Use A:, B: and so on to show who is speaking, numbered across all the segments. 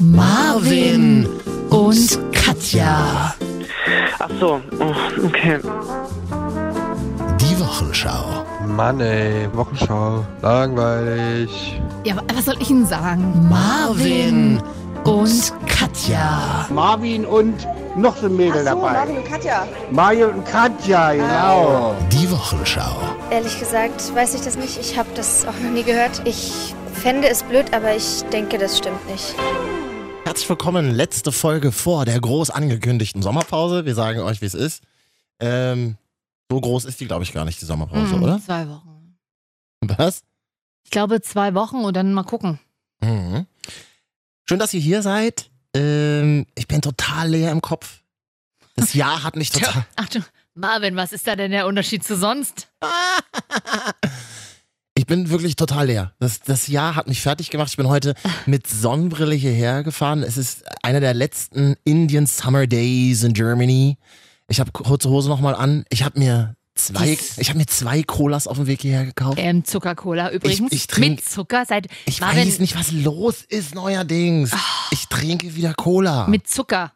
A: Marvin und Katja.
B: Ach so, oh, okay.
A: Die Wochenschau.
C: Mann ey, Wochenschau. Langweilig.
D: Ja, wa- was soll ich Ihnen sagen?
A: Marvin und Katja.
E: Marvin und noch so ein Mädel dabei.
F: Marvin und Katja. Ah.
E: Mario und Katja, genau.
A: Die Wochenschau.
G: Ehrlich gesagt weiß ich das nicht. Ich habe das auch noch nie gehört. Ich fände es blöd, aber ich denke, das stimmt nicht.
H: Herzlich willkommen, letzte Folge vor der groß angekündigten Sommerpause. Wir sagen euch, wie es ist. Ähm, so groß ist die, glaube ich, gar nicht, die Sommerpause,
D: Hm,
H: oder?
D: Zwei Wochen.
H: Was?
D: Ich glaube zwei Wochen und dann mal gucken.
H: Mhm. Schön, dass ihr hier seid. Ähm, ich bin total leer im Kopf. Das Jahr hat mich total.
D: Ach du, Marvin, was ist da denn der Unterschied zu sonst?
H: Ich bin wirklich total leer. Das, das Jahr hat mich fertig gemacht. Ich bin heute mit Sonnenbrille hierher gefahren. Es ist einer der letzten Indian Summer Days in Germany. Ich habe kurze Hose nochmal an. Ich habe mir zwei,
D: Das-
H: ich habe mir zwei Colas auf dem Weg hierher gekauft.
D: Ähm, Zuckercola übrigens.
H: ich trink-
D: Mit Zucker seit.
H: Ich
D: Marvin, Ah.
H: weiß nicht, was los ist neuerdings. Ich trinke wieder Cola.
D: Mit Zucker.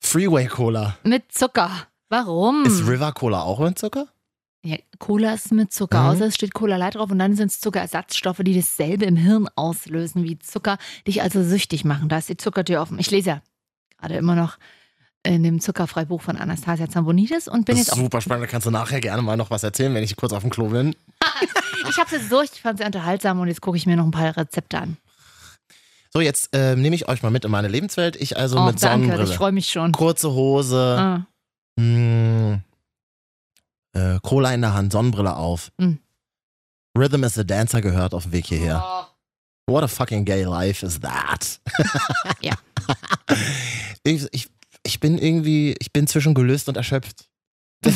H: Freeway Cola.
D: Mit Zucker. Warum?
H: Ist River Cola auch mit Zucker?
D: ja, Cola ist mit Zucker,
H: Mhm.
D: außer es steht Cola Light drauf und dann sind es Zuckerersatzstoffe, die dasselbe im Hirn auslösen wie Zucker, dich also süchtig machen. Da ist die Zuckertür offen. Ich lese ja gerade immer noch in dem Zuckerfreibuch von Anastasia Zambonidis und bin
H: das
D: jetzt
H: ist
D: auch
H: super spannend. Da kannst du nachher gerne mal noch was erzählen, wenn ich kurz auf dem Klo bin.
D: Ich habe es durch, ich fand es unterhaltsam und jetzt gucke ich mir noch ein paar Rezepte an.
H: So, jetzt ähm, nehme ich euch mal mit in meine Lebenswelt. Ich also
D: oh,
H: mit
D: danke, ich
H: Sonnenbrille.
D: freue mich schon.
H: Kurze Hose,
D: Ah,
H: mh, äh, Cola in der Hand, Sonnenbrille auf.
D: Mhm.
H: Rhythm is a Dancer gehört auf dem Weg hierher. What a fucking gay life is that?
D: Oh. Ja.
H: ich, ich, ich bin irgendwie, ich bin zwischen gelöst und erschöpft. es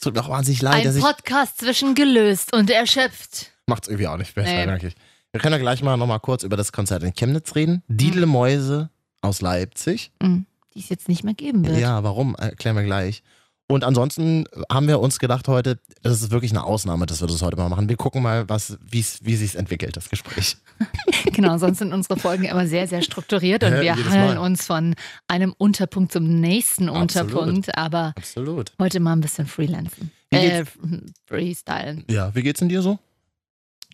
H: tut mir auch wahnsinnig leid, dass
D: ein
H: ich.
D: Podcast zwischen gelöst und erschöpft.
H: Macht's irgendwie auch nicht besser,
D: Nee.
H: danke ich. Wir können ja gleich mal nochmal kurz über das Konzert in Chemnitz reden.
D: Mhm.
H: Didle Mäuse aus Leipzig.
D: Hm, Die es jetzt nicht mehr geben wird.
H: Ja, warum? Erklären wir gleich. Und ansonsten haben wir uns gedacht heute, das ist wirklich eine Ausnahme, dass wir das heute mal machen. Wir gucken mal, was, wie's, wie sich's entwickelt, das Gespräch.
D: Genau, sonst sind unsere Folgen immer sehr, sehr strukturiert und
H: Hä,
D: wir
H: Äh, jedes
D: hangeln
H: Mal.
D: uns von einem Unterpunkt zum nächsten
H: Absolut.
D: Unterpunkt, aber
H: Absolut.
D: heute mal ein bisschen freelancen.
H: Wie
D: Äh,
H: geht's-
D: freestylen.
H: Ja, wie geht's denn dir so?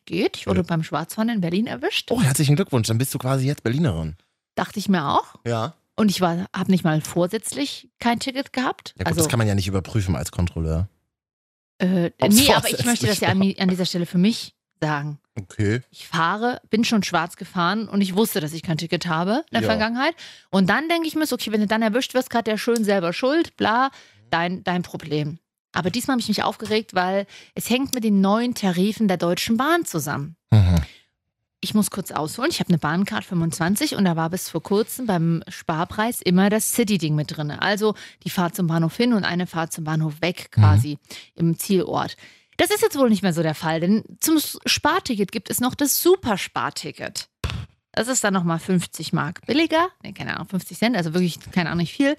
D: Geht. Ich wurde beim Schwarzhorn in Berlin erwischt.
H: Oh, herzlichen Glückwunsch, dann bist du quasi jetzt Berlinerin.
D: Dachte ich mir auch.
H: Ja.
D: Und ich habe nicht mal vorsätzlich kein Ticket gehabt.
H: Ja gut,
D: also
H: das kann man ja nicht überprüfen als Kontrolleur.
D: Äh,
H: Ob's
D: nee, aber ich möchte
H: vorsätzlich
D: das ja an, an dieser Stelle für mich sagen.
H: Okay.
D: Ich fahre, bin schon schwarz gefahren und ich wusste, dass ich kein Ticket habe in der
H: Ja.
D: Vergangenheit. Und dann denke ich mir, so, okay, wenn du dann erwischt wirst, gerade der schön selber schuld, bla, dein, dein Problem. Aber diesmal habe ich mich aufgeregt, weil es hängt mit den neuen Tarifen der Deutschen Bahn zusammen.
H: Mhm.
D: Ich muss kurz ausholen. Ich habe eine Bahncard 25 und da war bis vor kurzem beim Sparpreis immer das City-Ding mit drin. Also die Fahrt zum Bahnhof hin und eine Fahrt zum Bahnhof weg
H: Mhm.
D: quasi im Zielort. Das ist jetzt wohl nicht mehr so der Fall, denn zum Sparticket gibt es noch das Supersparticket. Das ist dann nochmal 50 Mark billiger. Nee, keine Ahnung, 50 Cent, also wirklich, keine Ahnung, nicht viel.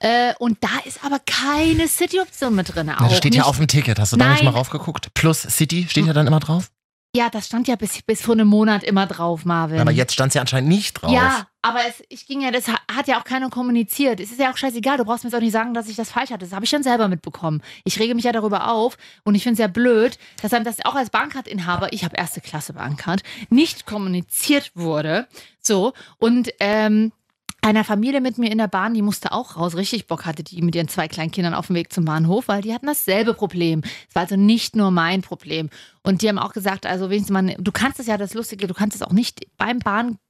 D: Äh, und da ist aber keine City-Option mit drin.
H: Das
D: auch
H: steht ja
D: nicht-
H: auf dem Ticket, hast du da
D: Nein.
H: nicht mal raufgeguckt? Plus City steht ja dann immer drauf.
D: Ja, das stand ja bis, bis vor einem Monat immer drauf, Marvin.
H: Aber jetzt stand's ja anscheinend nicht drauf.
D: Ähm, Ja, aber es, ich ging ja, das ha- hat ja auch keiner kommuniziert. Es ist ja auch scheißegal, du brauchst mir jetzt auch nicht sagen, dass ich das falsch hatte. Das habe ich schon selber mitbekommen. Ich rege mich ja darüber auf und ich finde es ja blöd, dass einem das auch als Bahncard-Inhaber, ich habe erste Klasse Bahncard, nicht kommuniziert wurde. So, und ähm, einer Familie mit mir in der Bahn, die musste auch raus. Richtig Bock hatte die mit ihren zwei kleinen Kindern auf dem Weg zum Bahnhof, weil die hatten dasselbe Problem. Es war also nicht nur mein Problem. Und die haben auch gesagt, also wenigstens man, du kannst es ja, das Lustige, du kannst es auch nicht beim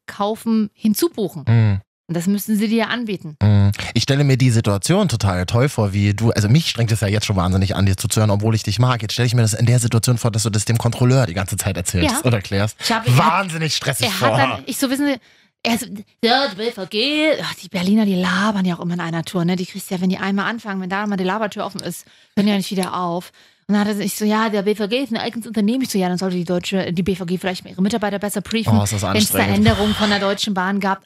D: Bahnkaufen hinzubuchen.
H: Mhm.
D: Und das müssen sie dir anbieten.
H: Mm. Ich stelle mir die Situation total toll vor, wie du, also mich strengt es ja jetzt schon wahnsinnig an, dir zuzuhören, obwohl ich dich mag. Jetzt stelle ich mir das in der Situation vor, dass du das dem Kontrolleur die ganze Zeit erzählst
D: Ja.
H: oder erklärst.
D: Ich hab-
H: wahnsinnig stressig
D: Er hat dann,
H: vor.
D: ich so wissen Sie, er so, ja, die BVG, ach, die Berliner, die labern ja auch immer in einer Tour, ne? Die kriegst du ja, wenn die einmal anfangen, wenn da mal die Labertür offen ist, hören die ja nicht wieder auf. Und dann hat er sich so, ja, der BVG ist ein eigenes Unternehmen. Ich so, ja, dann sollte die deutsche, die BVG vielleicht mal ihre Mitarbeiter besser briefen,
H: Oh, ist das
D: wenn es da
H: anstrengend.
D: Änderungen von der Deutschen Bahn gab.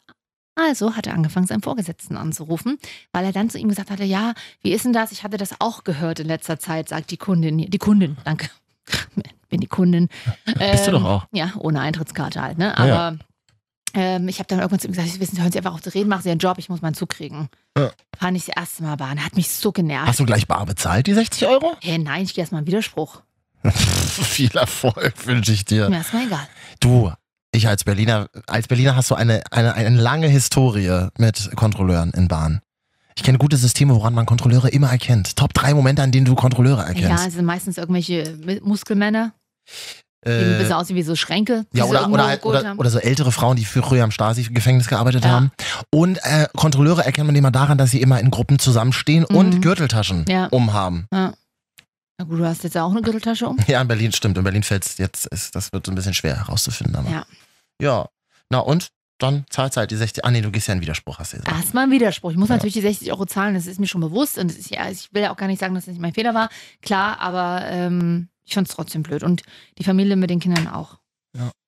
D: Also hat er angefangen, seinen Vorgesetzten anzurufen, weil er dann zu ihm gesagt hatte, ja, wie ist denn das? Ich hatte das auch gehört in letzter Zeit, sagt die Kundin, hier- die Kundin, danke. bin die Kundin.
H: Bist
D: Ähm,
H: du doch auch.
D: Ja, ohne Eintrittskarte halt, ne?
H: Ja,
D: Aber
H: ja.
D: Ähm, ich habe dann irgendwann zu ihm gesagt, ich wissen, Sie, hören Sie einfach auf zu reden, machen Sie Ihren Job, ich muss meinen Zug kriegen.
H: Ja.
D: Fand ich das erste Mal Bahn, hat mich so genervt.
H: Hast du gleich bar bezahlt, die 60 Euro?
D: Hey, nein, ich gehe erstmal einen Widerspruch.
H: Viel Erfolg wünsche ich dir.
D: Mir ist mal egal.
H: Du, ich als Berliner, als Berliner hast du eine, eine, eine lange Historie mit Kontrolleuren in Bahnen. Ich kenne gute Systeme, woran man Kontrolleure immer erkennt. Top drei Momente, an denen du Kontrolleure
D: Ja,
H: erkennst.
D: es sind meistens irgendwelche Mi- Muskelmänner, die ein
H: Äh,
D: bisschen aussehen wie so Schränke. die
H: ja,
D: sie
H: oder,
D: irgendwo
H: oder, halt-
D: geholt
H: oder,
D: haben.
H: oder so ältere Frauen, die früher im Stasi-Gefängnis gearbeitet
D: Ja.
H: haben. Und äh, Kontrolleure erkennt man immer daran, dass sie immer in Gruppen zusammenstehen und
D: Mhm.
H: Gürteltaschen
D: Ja.
H: umhaben.
D: Na gut, du hast jetzt auch eine Gürteltasche um.
H: Ja, in Berlin stimmt. In Berlin fällt es jetzt, ist, das wird ein bisschen schwer herauszufinden. Aber.
D: Ja.
H: ja. Na und? Dann zahlt halt die 60. Ah, nee, du gehst ja in Widerspruch, hast du gesagt.
D: Erstmal ein Widerspruch. Ich muss
H: Ja.
D: natürlich die 60 Euro zahlen, das ist mir schon bewusst. Und es ist, ja, ich will ja auch gar nicht sagen, dass das nicht mein Fehler war. Klar, aber ähm, ich fand es trotzdem blöd. Und die Familie mit den Kindern auch.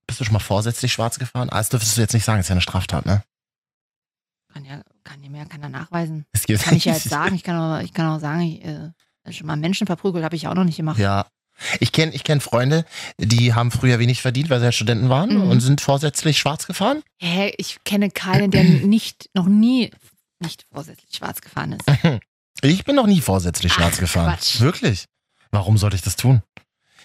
H: Bist du schon mal vorsätzlich schwarz gefahren? Ah, das dürftest du jetzt nicht sagen, ist ja eine Straftat, ne?
D: Kann ja, kann ja mehr, kann da nachweisen.
H: Es gibt-
D: Kann ich ja jetzt sagen. Ich kann auch, ich kann auch sagen, ich, äh, schon mal Menschen verprügelt habe ich ja auch noch nicht gemacht.
H: Ja. Ich kenne ich kenn Freunde, die haben früher wenig verdient, weil sie ja Studenten waren
D: Mhm.
H: und sind vorsätzlich schwarz gefahren.
D: Hä, ich kenne keinen, der nicht, noch nie nicht vorsätzlich schwarz gefahren ist.
H: Ich bin noch nie vorsätzlich
D: Ach,
H: schwarz gefahren.
D: Quatsch.
H: Wirklich? Warum sollte ich das tun?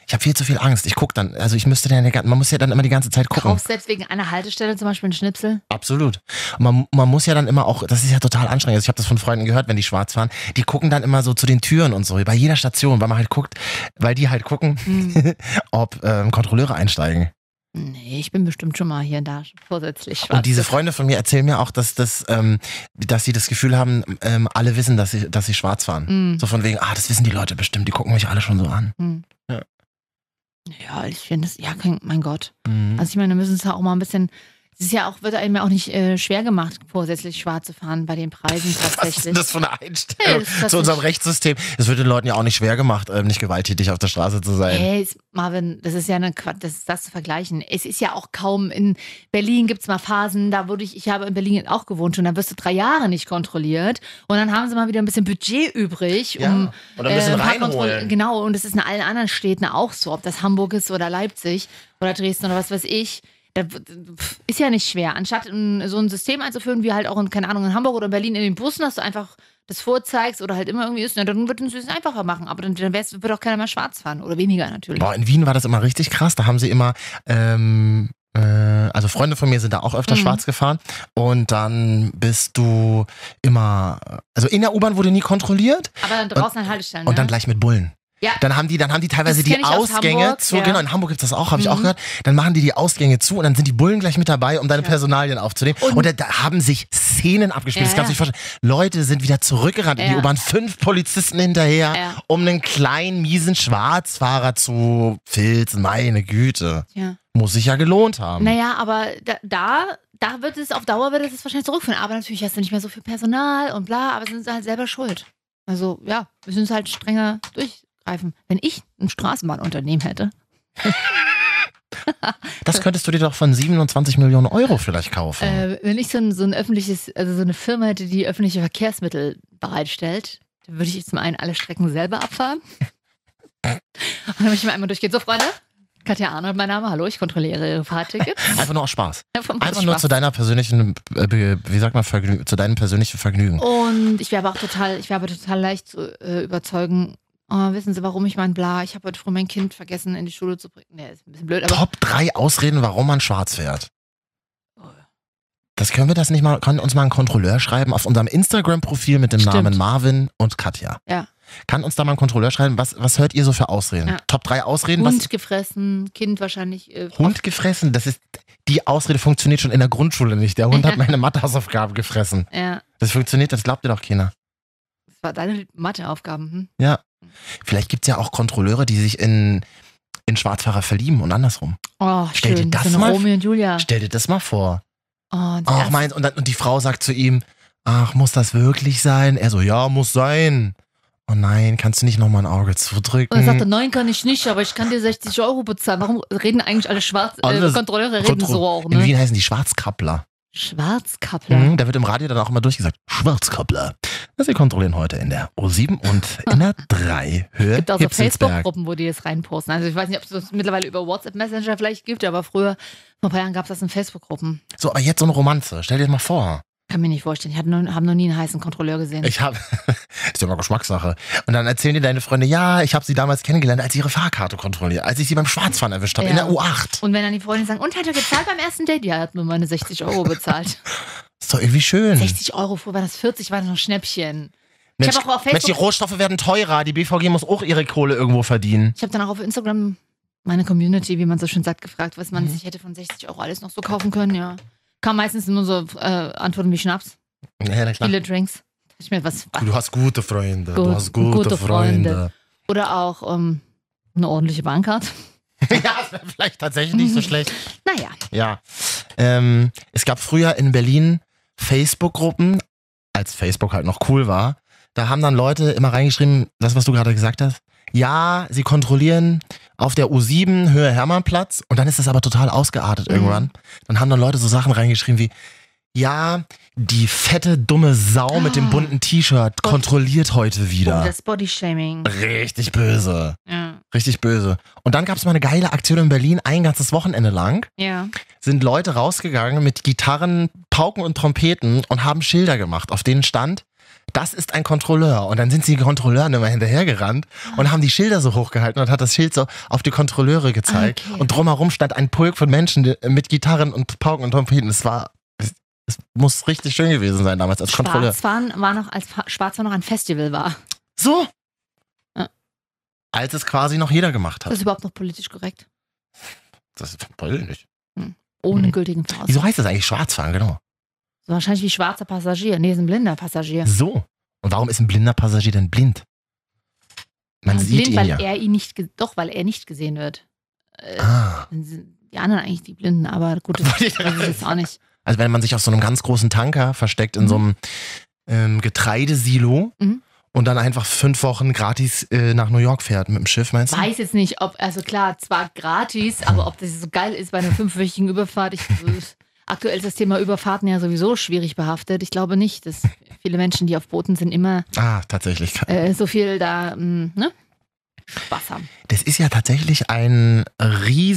H: Ich habe viel zu viel Angst. Ich guck dann, also ich müsste dann, ja- man muss ja dann immer die ganze Zeit gucken.
D: Kaufst selbst wegen einer Haltestelle zum Beispiel einen Schnipsel?
H: Absolut. Und man, man muss ja dann immer auch, das ist ja total anstrengend. Also ich habe das von Freunden gehört, wenn die schwarz fahren, die gucken dann immer so zu den Türen und so, bei jeder Station, weil man halt guckt, weil die halt gucken,
D: Hm.
H: ob ähm, Kontrolleure einsteigen.
D: nee, ich bin bestimmt schon mal hier und da vorsätzlich schwarz.
H: Und diese
D: gefahren.
H: Freunde von mir erzählen mir auch, dass, das, ähm, dass sie das Gefühl haben, ähm, alle wissen, dass sie, dass sie schwarz fahren.
D: Hm.
H: So von wegen, ah, das wissen die Leute bestimmt, die gucken mich alle schon so an.
D: Hm.
H: Ja.
D: Ja, ich finde es, ja, kein, mein Gott.
H: Mhm.
D: Also ich meine, da müssen es ja auch mal ein bisschen, es ist ja auch, wird einem ja auch nicht äh, schwer gemacht, vorsätzlich schwarz zu fahren bei den Preisen
H: Was ist
D: tatsächlich.
H: denn das für eine Einstellung
D: Hey, das
H: zu unserem
D: ist-
H: Rechtssystem? Es wird den Leuten ja auch nicht schwer gemacht, ähm, nicht gewalttätig auf der Straße zu sein.
D: Hey, ist- Marvin, das ist ja eine Quatsch, das, ist das zu vergleichen. Es ist ja auch kaum, in Berlin gibt es mal Phasen, da wurde ich, ich habe in Berlin auch gewohnt und dann wirst du drei Jahre nicht kontrolliert und dann haben sie mal wieder ein bisschen Budget übrig,
H: Ja,
D: um
H: und ein bisschen
D: ein paar
H: reinholen.
D: Kontrollen- Genau, und das ist in allen anderen Städten auch so, ob das Hamburg ist oder Leipzig oder Dresden oder was weiß ich. Da, pf, ist ja nicht schwer. Anstatt ein, so ein System einzuführen, wie halt auch in, keine Ahnung, in Hamburg oder in Berlin in den Bussen, dass du einfach das vorzeigst oder halt immer irgendwie ist, na, dann wird es einfacher machen. Aber dann, dann wär's, wird auch keiner mehr schwarz fahren oder weniger natürlich.
H: Boah, in Wien war das immer richtig krass. Da haben sie immer, ähm, äh, also Freunde von mir sind da auch öfter
D: Mhm.
H: schwarz gefahren. Und dann bist du immer, also in der U-Bahn wurde nie kontrolliert
D: Aber dann draußen an Haltestellen.
H: und dann
D: ne?
H: gleich mit Bullen.
D: Ja.
H: Dann haben die, dann haben die teilweise
D: Das kenn
H: die
D: ich aus
H: Ausgänge
D: Hamburg,
H: zu,
D: ja.
H: genau, in Hamburg gibt's das auch, habe ich
D: Mhm.
H: auch gehört. Dann machen die die Ausgänge zu und dann sind die Bullen gleich mit dabei, um deine
D: Ja.
H: Personalien aufzunehmen. Und,
D: Und-
H: da, da haben sich Szenen abgespielt,
D: Ja,
H: das kannst du
D: ja.
H: nicht vorstellen. Leute sind wieder zurückgerannt in die
D: Ja.
H: U-Bahn, fünf Polizisten hinterher,
D: Ja.
H: um einen kleinen, miesen Schwarzfahrer zu filzen. Meine Güte.
D: Ja.
H: Muss sich ja gelohnt haben.
D: Naja, aber da, da, da wird es auf Dauer wird es es wahrscheinlich zurückführen. Aber natürlich hast du nicht mehr so viel Personal und bla, aber sind sie halt selber schuld. Also ja, müssen es halt strenger durchgreifen. Wenn ich ein Straßenbahnunternehmen hätte,
H: Das könntest du dir doch von 27 Millionen Euro vielleicht kaufen.
D: äh, wenn ich so ein, so ein öffentliches, also so eine Firma hätte, die öffentliche Verkehrsmittel bereitstellt, dann würde ich zum einen alle Strecken selber abfahren. Und dann würde ich mal einmal durchgehen. So, Freunde, Katja Arnold, mein Name, hallo, ich kontrolliere Ihre Fahrtickets.
H: Einfach nur aus Spaß.
D: Vom
H: Einfach nur
D: Spaß.
H: zu deiner persönlichen, äh, be- wie sagt man, Vergnü zu deinem persönlichen Vergnügen.
D: Und ich wäre aber auch total, ich wäre aber total leicht zu äh, überzeugen. Oh, wissen Sie, warum ich mein Bla, ich habe heute früh mein Kind vergessen, in die Schule zu bringen. Nee, ist ein bisschen blöd, aber
H: Top drei Ausreden, warum man schwarz fährt. Das können wir das nicht mal, kann uns mal ein Kontrolleur schreiben auf unserem Instagram-Profil mit dem
D: Stimmt.
H: Namen Marvin und Katja.
D: Ja.
H: Kann uns da mal ein Kontrolleur schreiben, was, was hört ihr so für Ausreden?
D: Ja.
H: Top drei Ausreden,
D: Hund gefressen, Kind wahrscheinlich. Äh,
H: was Hund gefressen, das ist, die Ausrede funktioniert schon in der Grundschule nicht. Der Hund hat meine Mathehausaufgaben gefressen.
D: auf- Ja,
H: Das funktioniert, das glaubt dir doch keiner.
D: das war deine Matheaufgaben. Hm?
H: Vielleicht gibt's ja auch Kontrolleure, die sich in, in Schwarzfahrer verlieben und andersrum.
D: Oh,
H: Stell dir
D: schön.
H: das
D: so eine
H: mal-
D: Romeo und Julia.
H: Stell dir das mal vor.
D: Oh, das
H: Ach, meins. Und, dann, und die Frau sagt zu ihm, ach, muss das wirklich sein? Er so, ja, muss sein. Oh nein, kannst du nicht nochmal ein Auge
D: und dann sagt er,
H: zudrücken?
D: nein, kann ich nicht, aber ich kann dir 60 Euro bezahlen. Warum reden eigentlich alle Schwarz äh,
H: Alles-
D: Kontrolleure reden
H: Kontro-
D: so auch,
H: In
D: ne?
H: Wien heißen die Schwarzkappler. Hm,
D: Schwarzkappler.
H: Mhm, da wird im Radio dann auch immer durchgesagt, Schwarzkappler. Das wir kontrollieren heute in der O7 und in der 3 Höhe.
D: gibt auch so
H: Hipselsberg.
D: Facebook-Gruppen, wo die das reinposten. Also ich weiß nicht, ob es das mittlerweile über WhatsApp Messenger vielleicht gibt, aber früher, vor ein paar Jahren gab es das in Facebook-Gruppen.
H: So, aber jetzt so eine Romanze. Stell dir das mal vor.
D: Kann mir nicht vorstellen. Ich habe noch, hab noch nie einen heißen Kontrolleur gesehen.
H: Ich habe, ist ja mal Geschmackssache. Und dann erzählen dir deine Freunde, ja, ich habe sie damals kennengelernt, als ich ihre Fahrkarte kontrolliert, als ich sie beim Schwarzfahren erwischt habe, in
D: Ja.
H: der U8.
D: und wenn dann die Freundin sagen, und hat er gezahlt beim ersten Date? Ja, er hat mir meine 60 Euro bezahlt.
H: Ist doch irgendwie schön.
D: 60 Euro, früher waren das 40, waren das noch Schnäppchen.
H: Mensch,
D: ich habe auch auf
H: Mensch, die
D: Facebook,
H: Rohstoffe werden teurer. Die BVG muss auch ihre Kohle irgendwo verdienen.
D: ich habe dann auch auf Instagram meine Community, wie man so schön sagt, gefragt, was man sich hätte von 60 Euro alles noch so kaufen können, ja. Kam meistens nur so äh, Antworten wie Schnaps,
H: Ja, na klar.
D: viele Drinks. Dachte Ich mir, was,
H: Du hast gute Freunde.
D: Gut-
H: du hast gute,
D: gute Freunde.
H: Freunde.
D: Oder auch ähm, eine ordentliche Bankkarte.
H: ja, das wäre vielleicht tatsächlich nicht so schlecht.
D: Naja,
H: Ja. Ähm, es gab früher in Berlin Facebook-Gruppen, als Facebook halt noch cool war. Da haben dann Leute immer reingeschrieben, das, was du gerade gesagt hast. Ja, sie kontrollieren auf der U7 Höhe Hermannplatz und dann ist das aber total ausgeartet
D: Mhm.
H: irgendwann. Dann haben dann Leute so Sachen reingeschrieben wie, ja, die fette, dumme Sau mit dem
D: Ah.
H: bunten T-Shirt kontrolliert heute
D: oh,
H: wieder.
D: das Bodyshaming.
H: Richtig böse.
D: Ja.
H: Richtig böse. Und dann gab es mal eine geile Aktion in Berlin, ein ganzes Wochenende lang
D: ja.
H: sind Leute rausgegangen mit Gitarren, Pauken und Trompeten und haben Schilder gemacht, auf denen stand, das ist ein Kontrolleur. Und dann sind sie Kontrolleuren immer hinterhergerannt und haben die Schilder so hochgehalten und hat das Schild so auf die Kontrolleure gezeigt.
D: Ah, Okay.
H: Und drumherum stand ein Pulk von Menschen die- äh, mit Gitarren und Pauken und Trompeten. Es war, es, es muss richtig schön gewesen sein damals als Kontrolleur.
D: Schwarz waren, war noch, als Fa- Schwarz war noch ein Festival war.
H: So!
D: Ja.
H: Als es quasi noch jeder gemacht
D: Das
H: hat.
D: ist überhaupt noch politisch korrekt.
H: Das ist persönlich.
D: Ohne
H: Mhm.
D: gültigen Pass.
H: Wieso heißt das eigentlich Schwarzfahren, genau?
D: So wahrscheinlich wie schwarzer Passagier. Nee, ist ein blinder Passagier.
H: So. Und warum ist ein blinder Passagier denn blind? Man
D: Ja,
H: sieht
D: blind,
H: ihn
D: weil
H: ja.
D: er ihn nicht ge- doch, weil er nicht gesehen wird. Äh,
H: Ah.
D: dann sind die anderen eigentlich die Blinden, aber gut, das
H: Wollte ich
D: weiß ich jetzt auch nicht.
H: Also wenn man sich auf so einem ganz großen Tanker versteckt in so einem ähm, Getreidesilo
D: Mhm.
H: und dann einfach fünf Wochen gratis äh, nach New York fährt mit dem Schiff, meinst du?
D: Weiß jetzt nicht, ob, also klar, zwar gratis, aber ob das so geil ist bei einer fünfwöchigen Überfahrt. Ich, äh, aktuell ist das Thema Überfahrten ja sowieso schwierig behaftet. Ich glaube nicht, dass viele Menschen, die auf Booten sind, immer
H: Ah, tatsächlich.
D: äh, so viel da mh, ne? Spaß haben.
H: Das ist ja tatsächlich ein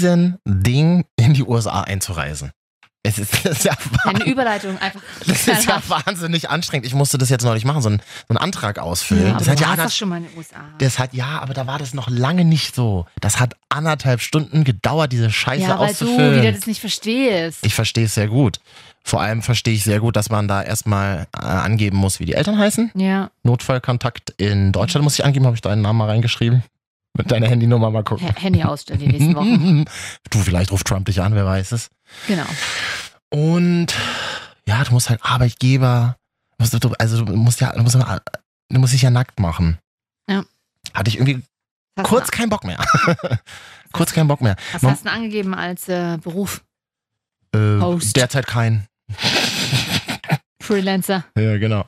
H: Riesending, in die USA einzureisen. Es ist, das ist ja
D: Eine Überleitung einfach.
H: Das ist ja wahnsinnig anstrengend. Ich musste das jetzt neulich machen, so einen, so einen Antrag ausfüllen.
D: Ja, aber
H: das hat
D: du
H: ja
D: warst doch
H: ganz
D: schon mal in den USA.
H: Das hat, ja, aber da war das noch lange nicht so. Das hat anderthalb Stunden gedauert, diese Scheiße
D: ja, weil du
H: auszufüllen.
D: wieder das nicht verstehst.
H: ich verstehe es sehr gut. Vor allem verstehe ich sehr gut, dass man da erstmal äh, angeben muss, wie die Eltern heißen.
D: ja.
H: Notfallkontakt in Deutschland muss ich angeben, habe ich deinen Namen mal reingeschrieben. Mit deiner Handynummer mal gucken.
D: H- Handy ausstellen die nächsten Wochen.
H: du, vielleicht ruft Trump dich an, wer weiß es.
D: Genau.
H: Und ja, du musst halt Arbeitgeber, musst du, also du musst ja, du musst, du musst dich ja nackt machen.
D: Ja.
H: Hatte ich irgendwie
D: Was
H: kurz
D: hast
H: keinen Bock mehr. kurz keinen Bock mehr.
D: du- Was
H: man-
D: hast du denn angegeben als äh, Beruf?
H: Äh,
D: Host.
H: derzeit keinen.
D: Freelancer.
H: Ja, genau.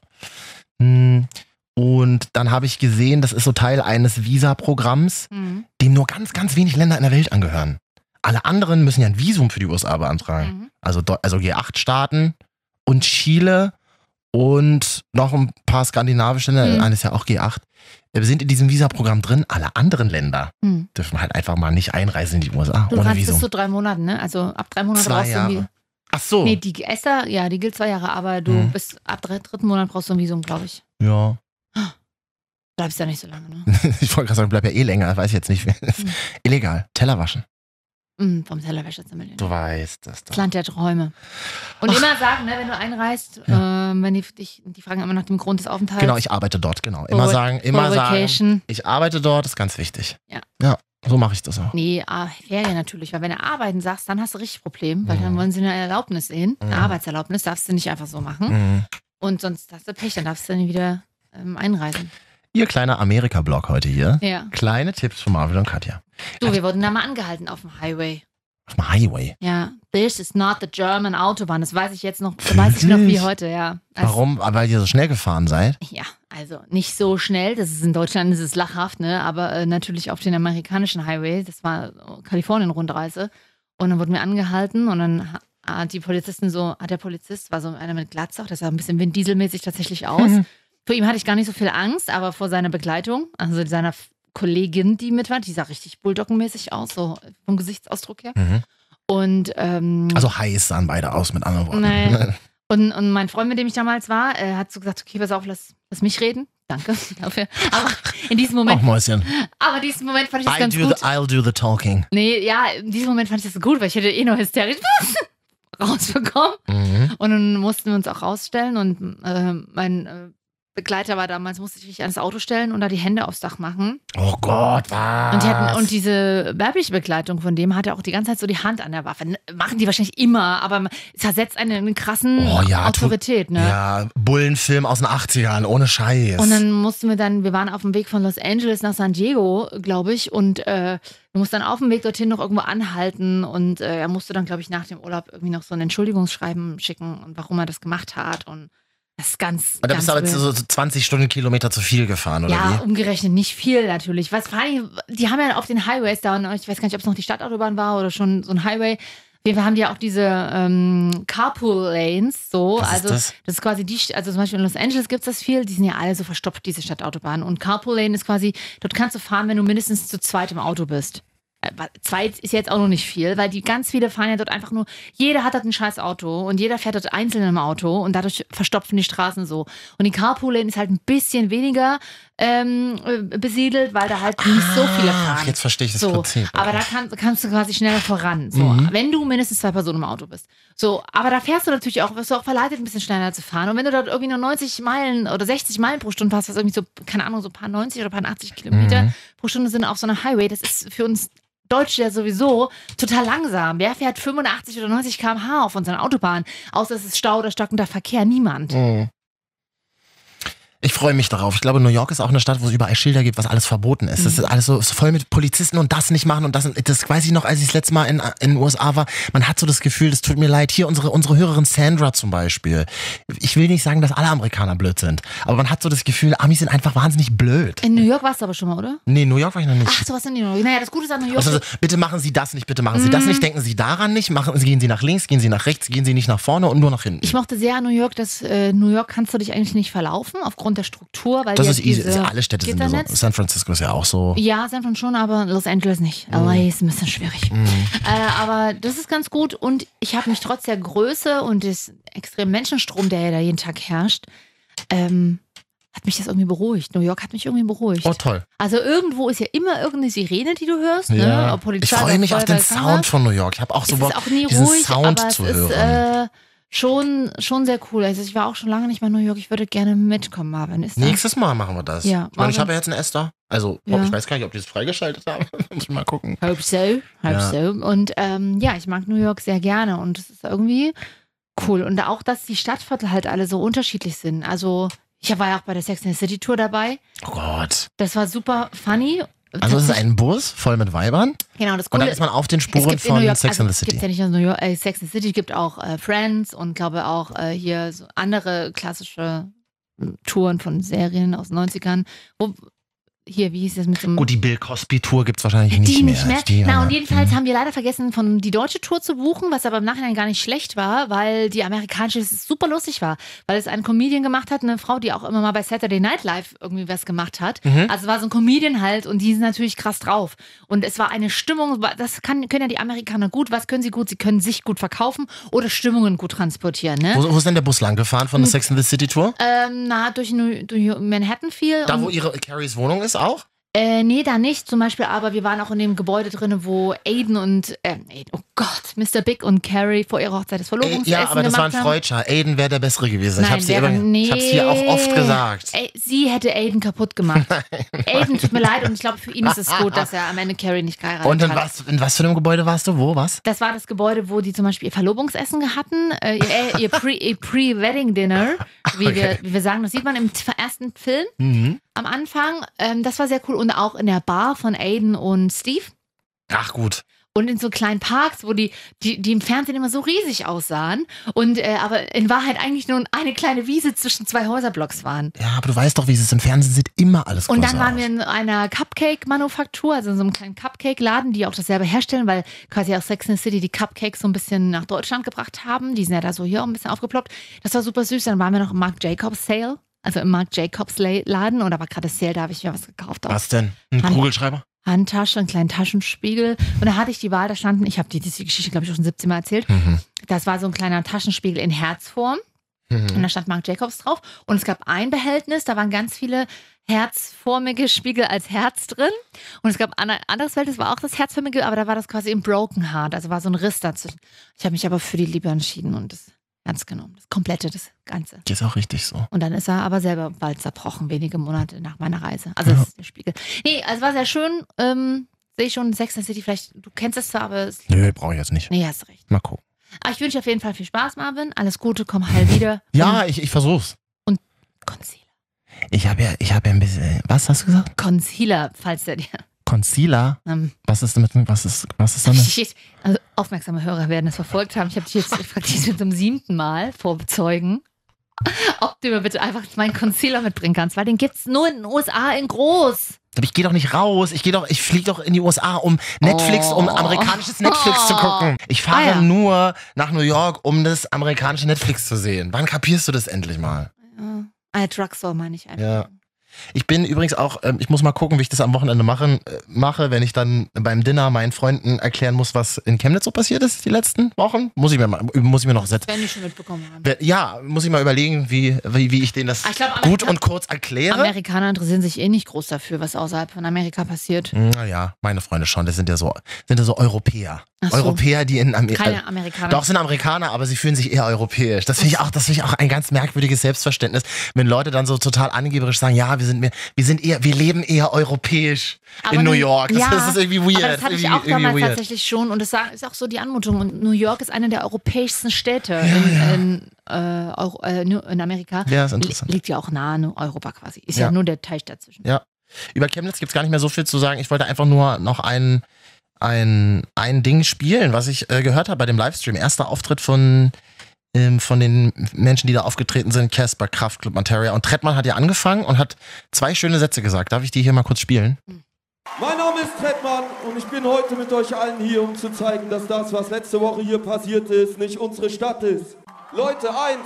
H: Hm, Und dann habe ich gesehen, das ist so Teil eines Visa-Programms,
D: Mhm.
H: dem nur ganz, ganz wenig Länder in der Welt angehören. Alle anderen müssen ja ein Visum für die USA beantragen.
D: Mhm.
H: Also, Deu- also G8-Staaten und Chile und noch ein paar skandinavische Länder,
D: Mhm.
H: eines ja auch G8, äh, sind in diesem Visa-Programm drin. Alle anderen Länder
D: Mhm.
H: dürfen halt einfach mal nicht einreisen in die USA
D: Du
H: ohne
D: kannst bis
H: Visum.
D: zu drei Monaten, ne? Also ab drei Monaten
H: Zwei
D: brauchst du irgendwie.
H: Jahre. Ach so.
D: Nee, die Esther, ja, die gilt zwei Jahre, aber du
H: Mhm.
D: bist ab drei, dritten Monat brauchst du ein Visum, glaube ich.
H: ja.
D: Bleibst ja nicht so lange, ne?
H: ich wollte gerade sagen, bleib ja eh länger, weiß ich jetzt nicht.
D: Mhm.
H: Illegal. Teller waschen.
D: Mhm, vom Tellerwäscher zum Millionär.
H: Du weißt das
D: Das Land der Träume. Und immer sagen, ne, wenn du einreist, ähm, wenn die dich, die fragen immer nach dem Grund des Aufenthalts.
H: Genau, ich arbeite dort, genau. Immer
D: Vor-
H: sagen,
D: For
H: immer sagen,
D: Vacation.
H: ich arbeite dort, ist ganz wichtig.
D: Ja.
H: Ja, so mache ich das auch.
D: Nee, ah, Ferien natürlich, weil wenn du arbeiten sagst, dann hast du richtig Problem, weil dann
H: Mhm.
D: wollen sie eine Erlaubnis sehen, eine
H: Mhm.
D: Arbeitserlaubnis, darfst du nicht einfach so machen.
H: Mhm.
D: Und sonst hast du Pech, dann darfst du nie wieder ähm, einreisen.
H: Ihr kleiner Amerika-Blog heute hier.
D: Ja.
H: Kleine Tipps von Marvin und Katja.
D: Du, wir wurden da mal angehalten auf dem Highway.
H: Auf dem Highway.
D: Ja. This is not the German Autobahn. Das weiß ich jetzt noch, das weiß ich noch wie
H: Wirklich?
D: heute, ja. Also-
H: Warum? Weil ihr so schnell gefahren seid.
D: Ja, also nicht so schnell. Das ist in Deutschland ist es lachhaft, ne? Aber äh, natürlich auf den amerikanischen Highway. Das war oh, Kalifornien-Rundreise. Und dann wurden wir angehalten und dann ha- hat die Polizisten so, hat der Polizist, war so einer mit Glatze, auch, das sah ein bisschen winddieselmäßig tatsächlich aus. Vor ihm hatte ich gar nicht so viel Angst, aber vor seiner Begleitung, also seiner F- Kollegin, die mit war, die sah richtig bulldoggenmäßig aus, so vom Gesichtsausdruck her.
H: Mhm.
D: Und, ähm,
H: Also heiß sahen beide aus, mit anderen Worten.
D: Nee. und, und mein Freund, mit dem ich damals war, äh, hat so gesagt, okay, pass auf, lass, lass mich reden. Danke dafür. Aber in diesem
H: Ach,
D: Moment,
H: Mäuschen.
D: aber in diesem Moment fand ich das
H: I
D: ganz
H: do the,
D: gut.
H: I'll do the talking.
D: Nee, ja, in diesem Moment fand ich das gut, weil ich hätte eh nur hysterisch rausbekommen.
H: Mhm.
D: Und dann mussten wir uns auch rausstellen und äh, mein äh, Begleiter war damals, musste ich mich ans Auto stellen und da die Hände aufs Dach machen.
H: Oh Gott, was?
D: Und, die hatten, und diese werbliche Begleitung von dem hatte auch die ganze Zeit so die Hand an der Waffe. N- Machen die wahrscheinlich immer, aber man- es ersetzt eine, eine krassen
H: Oh ja, tu-
D: Autorität. Ne?
H: Ja, Bullenfilm aus den 80ern, ohne Scheiß.
D: Und dann mussten wir dann, wir waren auf dem Weg von Los Angeles nach San Diego, glaube ich, und äh, wir mussten dann auf dem Weg dorthin noch irgendwo anhalten und äh, er musste dann, glaube ich, nach dem Urlaub irgendwie noch so ein Entschuldigungsschreiben schicken und warum er das gemacht hat und das ist ganz.
H: Und da
D: ganz
H: bist du aber
D: wild.
H: so so 20 Stundenkilometer zu viel gefahren, oder
D: ja,
H: wie?
D: umgerechnet nicht viel natürlich. Was vor allem, die haben ja auf den Highways da, und ich weiß gar nicht, ob es noch die Stadtautobahn war oder schon so ein Highway. Wir haben die ja auch diese ähm, Carpool-Lanes, so.
H: Was ist
D: also,
H: das?
D: ist quasi die, St- also zum Beispiel in Los Angeles gibt es das viel, die sind ja alle so verstopft, diese Stadtautobahnen. Und Carpool Lane ist quasi, dort kannst du fahren, wenn du mindestens zu zweit im Auto bist. Äh, wa- Zweit ist jetzt auch noch nicht viel, weil die ganz viele fahren ja dort einfach nur, jeder hat dort ein scheiß Auto und jeder fährt dort einzeln im Auto und dadurch verstopfen die Straßen so. Und die Carpool Lane ist halt ein bisschen weniger ähm, äh, besiedelt, weil da halt nicht so viele
H: Ah, Ach,
D: fahren.
H: jetzt verstehe ich das
D: So,
H: Prinzip. Mhm.
D: aber da kann, kannst du quasi schneller voran, so, wenn du mindestens zwei Personen im Auto bist. So, aber da fährst du natürlich auch, wirst du auch verleitet, ein bisschen schneller zu fahren. Und wenn du dort irgendwie nur 90 Meilen oder 60 Meilen pro Stunde fährst, was irgendwie so, keine Ahnung, so ein paar 90 oder ein paar 80 Kilometer
H: Mhm.
D: pro Stunde sind auf so einer Highway, das ist für uns Deutsche ja sowieso total langsam. Wer fährt 85 oder 90 km/h auf unseren Autobahnen? Außer es ist Stau oder stockender Verkehr. Niemand.
H: Mhm. Ich freue mich darauf. Ich glaube, New York ist auch eine Stadt, wo es überall Schilder gibt, was alles verboten ist.
D: Mhm.
H: Das ist alles so ist voll mit Polizisten und das nicht machen und das. Das weiß ich noch, als ich das letzte Mal in, in den USA war. Man hat so das Gefühl, das tut mir leid. Hier unsere, unsere Hörerin Sandra zum Beispiel. Ich will nicht sagen, dass alle Amerikaner blöd sind, aber man hat so das Gefühl, Amis sind einfach wahnsinnig blöd.
D: In New York warst du aber schon mal, oder?
H: Nee, New York war ich noch nicht.
D: Äh. Ach, sowas in New York. Naja, das Gute ist an New York.
H: Also, bitte machen Sie das nicht, bitte machen Sie
D: Mhm.
H: das nicht, denken Sie daran nicht, machen, gehen Sie nach links, gehen Sie nach rechts, gehen Sie nicht nach vorne und nur nach hinten.
D: Ich mochte sehr an New York, dass äh, New York kannst du dich eigentlich nicht verlaufen aufgrund der Struktur, weil
H: das
D: die
H: ist
D: hat
H: easy.
D: diese
H: Alle Städte sind so.
D: Gitternetz.
H: San Francisco ist ja auch so.
D: Ja, San Francisco schon, aber Los Angeles
H: Mhm.
D: nicht. LA ist ein bisschen schwierig. Äh, aber das ist ganz gut und ich habe mich trotz der Größe und des extremen Menschenstrom, der ja da jeden Tag herrscht, ähm, hat mich das irgendwie beruhigt. New York hat mich irgendwie beruhigt.
H: Oh, toll.
D: Also irgendwo ist ja immer irgendeine Sirene, die du hörst. Ne? Ob
H: Ich
D: Polizei
H: freue
D: oder
H: mich auf
D: Feuerwehr,
H: den
D: was auch immer.
H: Sound von New York. Ich habe auch so
D: es
H: Bock,
D: ist auch nie
H: diesen
D: ruhig,
H: Sound
D: aber
H: zu
D: es ist
H: hören.
D: äh, schon, schon sehr cool. Also ich war auch schon lange nicht mehr in New York. Ich würde gerne mitkommen, Marvin. Ist das?
H: Nächstes Mal machen wir das.
D: Ja,
H: ich meine, ich
D: Marvin.
H: habe ja jetzt einen Esther. Also,
D: Ja.
H: ich weiß gar nicht, ob die es freigeschaltet haben. Muss ich mal gucken.
D: Hope so, hope
H: Ja.
D: so. Und ähm, ja, ich mag New York sehr gerne und es ist irgendwie cool. Und auch, dass die Stadtviertel halt alle so unterschiedlich sind. Also ich war ja auch bei der Sex in the City Tour dabei.
H: Oh Gott.
D: Das war super funny.
H: Also, es ist ein Bus voll mit Weibern
D: genau, das
H: und dann
D: Coole
H: ist man auf den
D: Es
H: Spuren
D: gibt in New
H: von
D: York,
H: Sex
D: also
H: and the
D: es
H: City.
D: gibt ja nicht nur New York, äh, Sex and the City, es gibt auch äh, Friends und glaube auch äh, hier so andere klassische m, Touren von Serien aus den 90ern. Wo, hier, wie hieß das mit dem...
H: Gut, Oh, die Bill Cosby Tour gibt es wahrscheinlich nicht
D: die
H: mehr.
D: nicht mehr.
H: Die,
D: Na,
H: äh,
D: und jedenfalls
H: mhm.
D: haben wir leider vergessen, von die deutsche Tour zu buchen, was aber im Nachhinein gar nicht schlecht war, weil die amerikanische super lustig war, weil es einen Comedian gemacht hat, eine Frau, die auch immer mal bei Saturday Night Live irgendwie was gemacht hat.
H: Mhm.
D: Also war so ein Comedian halt und die sind natürlich krass drauf. Und es war eine Stimmung, das kann, können ja die Amerikaner gut. Was können sie gut? Sie können sich gut verkaufen oder Stimmungen gut transportieren. Ne?
H: Wo, wo ist denn der Bus lang gefahren
D: Mhm.
H: von der Sex and the City Tour?
D: Ähm, na, durch, New, durch Manhattan viel.
H: Da,
D: und-
H: wo ihre äh, Carries Wohnung ist auch?
D: Äh, nee, da nicht. Zum Beispiel, aber wir waren auch in dem Gebäude drin, wo Aiden und, äh, Aiden, oh Gott, Mr. Big und Carrie vor ihrer Hochzeit das
H: Äh,
D: Verlobungsessen
H: ja, aber das war ein
D: gemacht haben.
H: Freudscher. Aiden wäre der Bessere gewesen.
D: Nein,
H: ich hab's dir,
D: wäre-
H: immer,
D: nee.
H: ich hab's dir auch oft gesagt.
D: Ey, sie hätte Aiden kaputt gemacht. Aiden tut mir leid und ich glaube, für ihn ist es gut, dass er am Ende Carrie nicht geheiratet
H: Und in
D: hat.
H: was, in was für einem Gebäude warst du? Wo, was?
D: Das war das Gebäude, wo die zum Beispiel ihr Verlobungsessen hatten, äh, ihr, äh, ihr Pre- ihr Pre-Wedding-Dinner, wie,
H: Okay.
D: wir, wie wir sagen. Das sieht man im t- ersten Film
H: Mhm.
D: am Anfang. Ähm, das war sehr cool. Und auch in der Bar von Aiden und Steve.
H: Ach gut.
D: und in so kleinen Parks, wo die, die, die im Fernsehen immer so riesig aussahen und äh, aber in Wahrheit eigentlich nur eine kleine Wiese zwischen zwei Häuserblocks waren.
H: Ja, aber du weißt doch, wie es ist. Im Fernsehen sieht immer alles
D: Und
H: größer
D: dann waren
H: aus.
D: wir in einer Cupcake-Manufaktur, also in so einem kleinen Cupcake-Laden, die auch das selber herstellen, weil quasi aus Sex and the City die Cupcakes so ein bisschen nach Deutschland gebracht haben. Die sind ja da so hier auch ein bisschen aufgeploppt. Das war super süß. Dann waren wir noch im Marc Jacobs Sale. also im Marc Jacobs La- Laden und da war gerade Sale, da habe ich mir was gekauft. Auch
H: Was denn? Ein
D: Hand-
H: Kugelschreiber?
D: Handtasche, einen kleinen Taschenspiegel. Und da hatte ich die Wahl, da standen, ich habe die, diese Geschichte, glaube ich, auch schon 17 Mal erzählt.
H: Mhm.
D: Das war so ein kleiner Taschenspiegel in Herzform. Und
H: Mhm.
D: da stand Marc Jacobs drauf. Und es gab ein Behältnis, da waren ganz viele herzformige Spiegel als Herz drin. Und es gab ein anderes Behältnis, war auch das herzförmige, aber da war das quasi im Broken Heart. Also war so ein Riss dazwischen. Ich habe mich aber für die Liebe entschieden und das Herz genommen. Das komplette, das Ganze.
H: Ist auch richtig so.
D: Und dann ist er aber selber bald zerbrochen, wenige Monate nach meiner Reise. Also das ist der Spiegel. Nee, also war sehr schön. Ähm, Sehe ich schon, Sex and the City, vielleicht, du kennst es zwar, aber es,
H: Nö, brauche ich jetzt nicht.
D: nee, hast recht.
H: Mal gucken.
D: Aber Ah, ich wünsche dir auf jeden Fall viel Spaß, Marvin. Alles Gute, komm heil wieder.
H: Ja, ich, ich versuch's.
D: Und Concealer.
H: Ich habe ja, ich habe ja ein bisschen. Was hast du gesagt?
D: Concealer, falls der dir.
H: Concealer?
D: Ähm,
H: Was ist damit? Was ist, was ist damit?
D: ich, also aufmerksame Hörer werden das verfolgt haben. Ich habe dich jetzt praktisch zum siebten Mal vorbezeugen, ob du mir bitte einfach meinen Concealer mitbringen kannst, weil den gibt's nur in den USA in groß.
H: Aber ich gehe doch nicht raus. Ich gehe doch, ich fliege doch in die USA, um Netflix, um
D: Oh.
H: amerikanisches Netflix zu
D: Oh.
H: gucken. Ich fahre
D: Ah, ja.
H: nur nach New York, um das amerikanische Netflix zu sehen. Wann kapierst du das endlich mal?
D: Ja. Ah, ja, Drugstore meine ich einfach.
H: Ja. Ich bin übrigens auch, ähm, ich muss mal gucken, wie ich das am Wochenende machen, äh, mache, wenn ich dann beim Dinner meinen Freunden erklären muss, was in Chemnitz so passiert ist die letzten Wochen. Muss ich mir, mal, äh, muss ich mir noch setzen.
D: Wenn die schon mitbekommen haben.
H: Ja, muss ich mal überlegen, wie, wie, wie ich denen das
D: Ah, ich glaub,
H: gut
D: Amerika-
H: und kurz erkläre.
D: Amerikaner interessieren sich eh nicht groß dafür, was außerhalb von Amerika passiert.
H: Hm. Naja, meine Freunde schon, das sind ja so, sind ja so Europäer.
D: Ach so.
H: Europäer, die in Amerika.
D: Keine Amerikaner.
H: Doch, sind Amerikaner, aber sie fühlen sich eher europäisch. Das finde ich auch, das finde ich auch ein ganz merkwürdiges Selbstverständnis, wenn Leute dann so total angeberisch sagen, ja, wir sind mehr, wir sind eher, wir leben eher europäisch
D: Aber
H: in New
D: dann-
H: York. Das,
D: ja,
H: das ist irgendwie weird.
D: Aber das hatte ich
H: irgendwie,
D: auch damals
H: irgendwie weird.
D: tatsächlich schon und das sa- ist auch so die Anmutung. Und New York ist eine der europäischsten Städte in, in, äh, Euro, äh, New- in Amerika.
H: Ja, ist
D: Li-
H: interessant.
D: Liegt ja auch nah an Europa quasi. Ist ja,
H: Ja.
D: nur der Teich dazwischen.
H: Ja. Über Chemnitz gibt es gar nicht mehr so viel zu sagen. Ich wollte einfach nur noch ein, ein, ein Ding spielen, was ich äh, gehört habe bei dem Livestream. Erster Auftritt von, ähm, von den Menschen, die da aufgetreten sind. Casper, Kraft, Club Materia. Und Trettmann hat ja angefangen und hat zwei schöne Sätze gesagt. Darf ich die hier mal kurz spielen?
F: Mein Name ist Trettmann und ich bin heute mit euch allen hier, um zu zeigen, dass das, was letzte Woche hier passiert ist, nicht unsere Stadt ist. Leute, eins,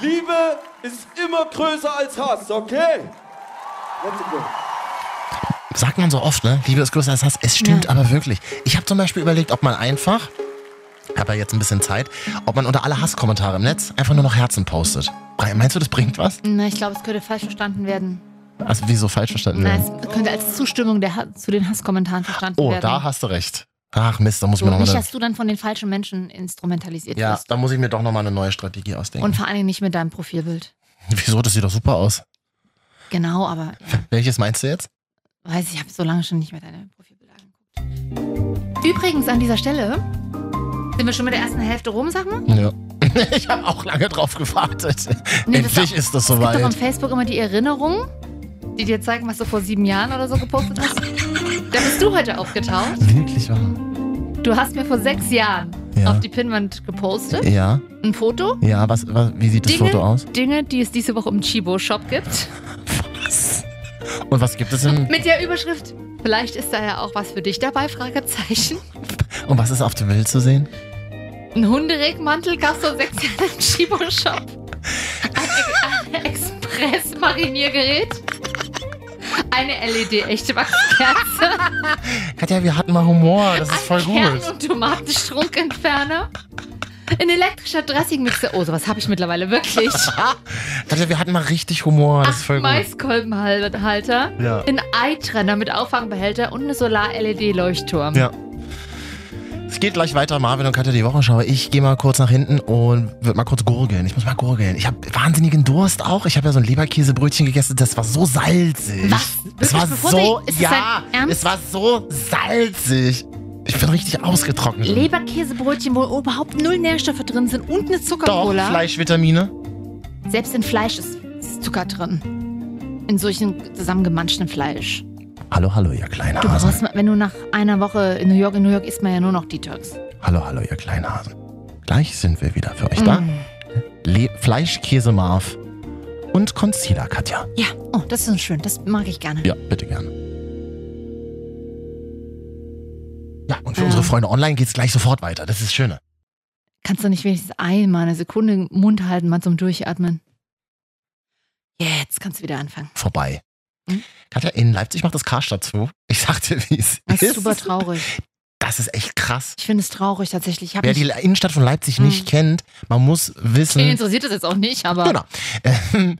F: Liebe ist immer größer als Hass, okay? Let's go.
H: Sagt man so oft, ne? Liebe ist größer als Hass. Es stimmt aber wirklich. Ich habe zum Beispiel überlegt, ob man einfach, habe ja jetzt ein bisschen Zeit, ob man unter alle Hasskommentare im Netz einfach nur noch Herzen postet. Meinst du, das bringt was?
D: Na, ich glaube, es könnte falsch verstanden werden.
H: Also wieso falsch verstanden?
D: Na,
H: werden?
D: es könnte als Zustimmung der, Ha- zu den Hasskommentaren verstanden
H: Oh,
D: werden.
H: da hast du recht. Ach Mist, da muss ich
D: so,
H: mir
D: nicht,
H: nochmal
D: dass du dann von den falschen Menschen instrumentalisiert
H: ja,
D: wirst.
H: da muss ich mir doch nochmal eine neue Strategie ausdenken.
D: Und vor allen Dingen nicht mit deinem Profilbild.
H: Wieso? Das sieht doch super aus.
D: Genau, aber
H: Welches meinst du jetzt?
D: Weiß ich, ich habe so lange schon nicht mehr deine Profilbilder angeguckt. Übrigens, an dieser Stelle sind wir schon mit der ersten Hälfte rum, sag mal.
H: Ja. ich habe auch lange drauf gewartet.
D: Nee, das
H: Endlich ist das soweit.
D: Gibt doch auf Facebook immer die Erinnerungen, die dir zeigen, was du vor sieben Jahren oder so gepostet hast. da bist du heute aufgetaucht.
H: Wirklich wahr.
D: Du hast mir vor sechs Jahren
H: Ja.
D: auf die Pinwand gepostet.
H: Ja,
D: Ein Foto.
H: ja, was, was, wie sieht das
D: Dinge,
H: Foto aus?
D: Dinge, die es diese Woche im Chibo-Shop gibt.
H: Und was gibt es im,
D: Mit der Überschrift, vielleicht ist da ja auch was für dich dabei, Fragezeichen.
H: und was ist auf dem Bild zu sehen?
D: Ein Hunderegmantel gab es vor sechs Jahren im Chibo-Shop. Ein, Ex- ein Express-Mariniergerät. Eine E LED-echte Wachskerze.
H: Katja, wir hatten mal Humor, das ist voll
D: Kern-
H: gut.
D: und Tomatenstrunkentferner. Ein elektrischer Dressingmixer. Oh, sowas habe ich mittlerweile wirklich.
H: Katja, wir hatten mal richtig Humor, das ist voll gut.
D: Maiskolbenhalter.
H: Ja.
D: Ein Eitrenner mit Auffangbehälter und eine E Solar-LED-Leuchtturm.
H: Ja. Es geht gleich weiter, Marvin und Katja, die Wochenschau. Ich gehe mal kurz nach hinten und würde mal kurz gurgeln. Ich muss mal gurgeln. Ich habe wahnsinnigen Durst auch. Ich habe ja so ein Leberkäsebrötchen gegessen. Das war so salzig.
D: Was? Wirklich?
H: Es war
D: Bevor
H: so,
D: wir- ist das
H: ja,
D: dein Ernst?
H: es war so salzig. Ich bin richtig ausgetrocknet.
D: Leberkäsebrötchen, wo überhaupt null Nährstoffe drin sind und eine
H: Doch,
D: Zuckercola.
H: Fleischvitamine.
D: Selbst in Fleisch ist, ist Zucker drin. In solchen zusammengemanschten Fleisch.
H: Hallo, hallo, ihr kleiner
D: Du
H: Hasen.
D: brauchst, mal- wenn du nach einer Woche in New York, in New York isst man ja nur noch Detox.
H: Hallo, hallo, ihr kleinen Hasen. Gleich sind wir wieder für euch da.
D: Mhm.
H: Le Fleisch, Käse, Marv und Concealer, Katja.
D: Ja, oh, das ist schön, das mag ich gerne.
H: Ja, bitte gerne. Ja, und für
D: Ja.
H: unsere Freunde online geht's gleich sofort weiter. Das ist das Schöne.
D: Kannst du nicht wenigstens einmal eine Sekunde den Mund halten, mal zum Durchatmen? Jetzt kannst du wieder anfangen.
H: vorbei.
D: Mhm.
H: Katja, in Leipzig macht das Karstadt zu. Ich sagte, wie es
D: Das ist
H: ist.
D: super traurig.
H: Das ist echt krass.
D: Ich finde es traurig tatsächlich. Ich hab
H: Wer
D: mich, eh
H: die Innenstadt von Leipzig nicht
D: Mhm.
H: kennt, man muss
D: den
H: wissen,
D: interessiert das jetzt auch nicht, aber
H: Genau. ähm,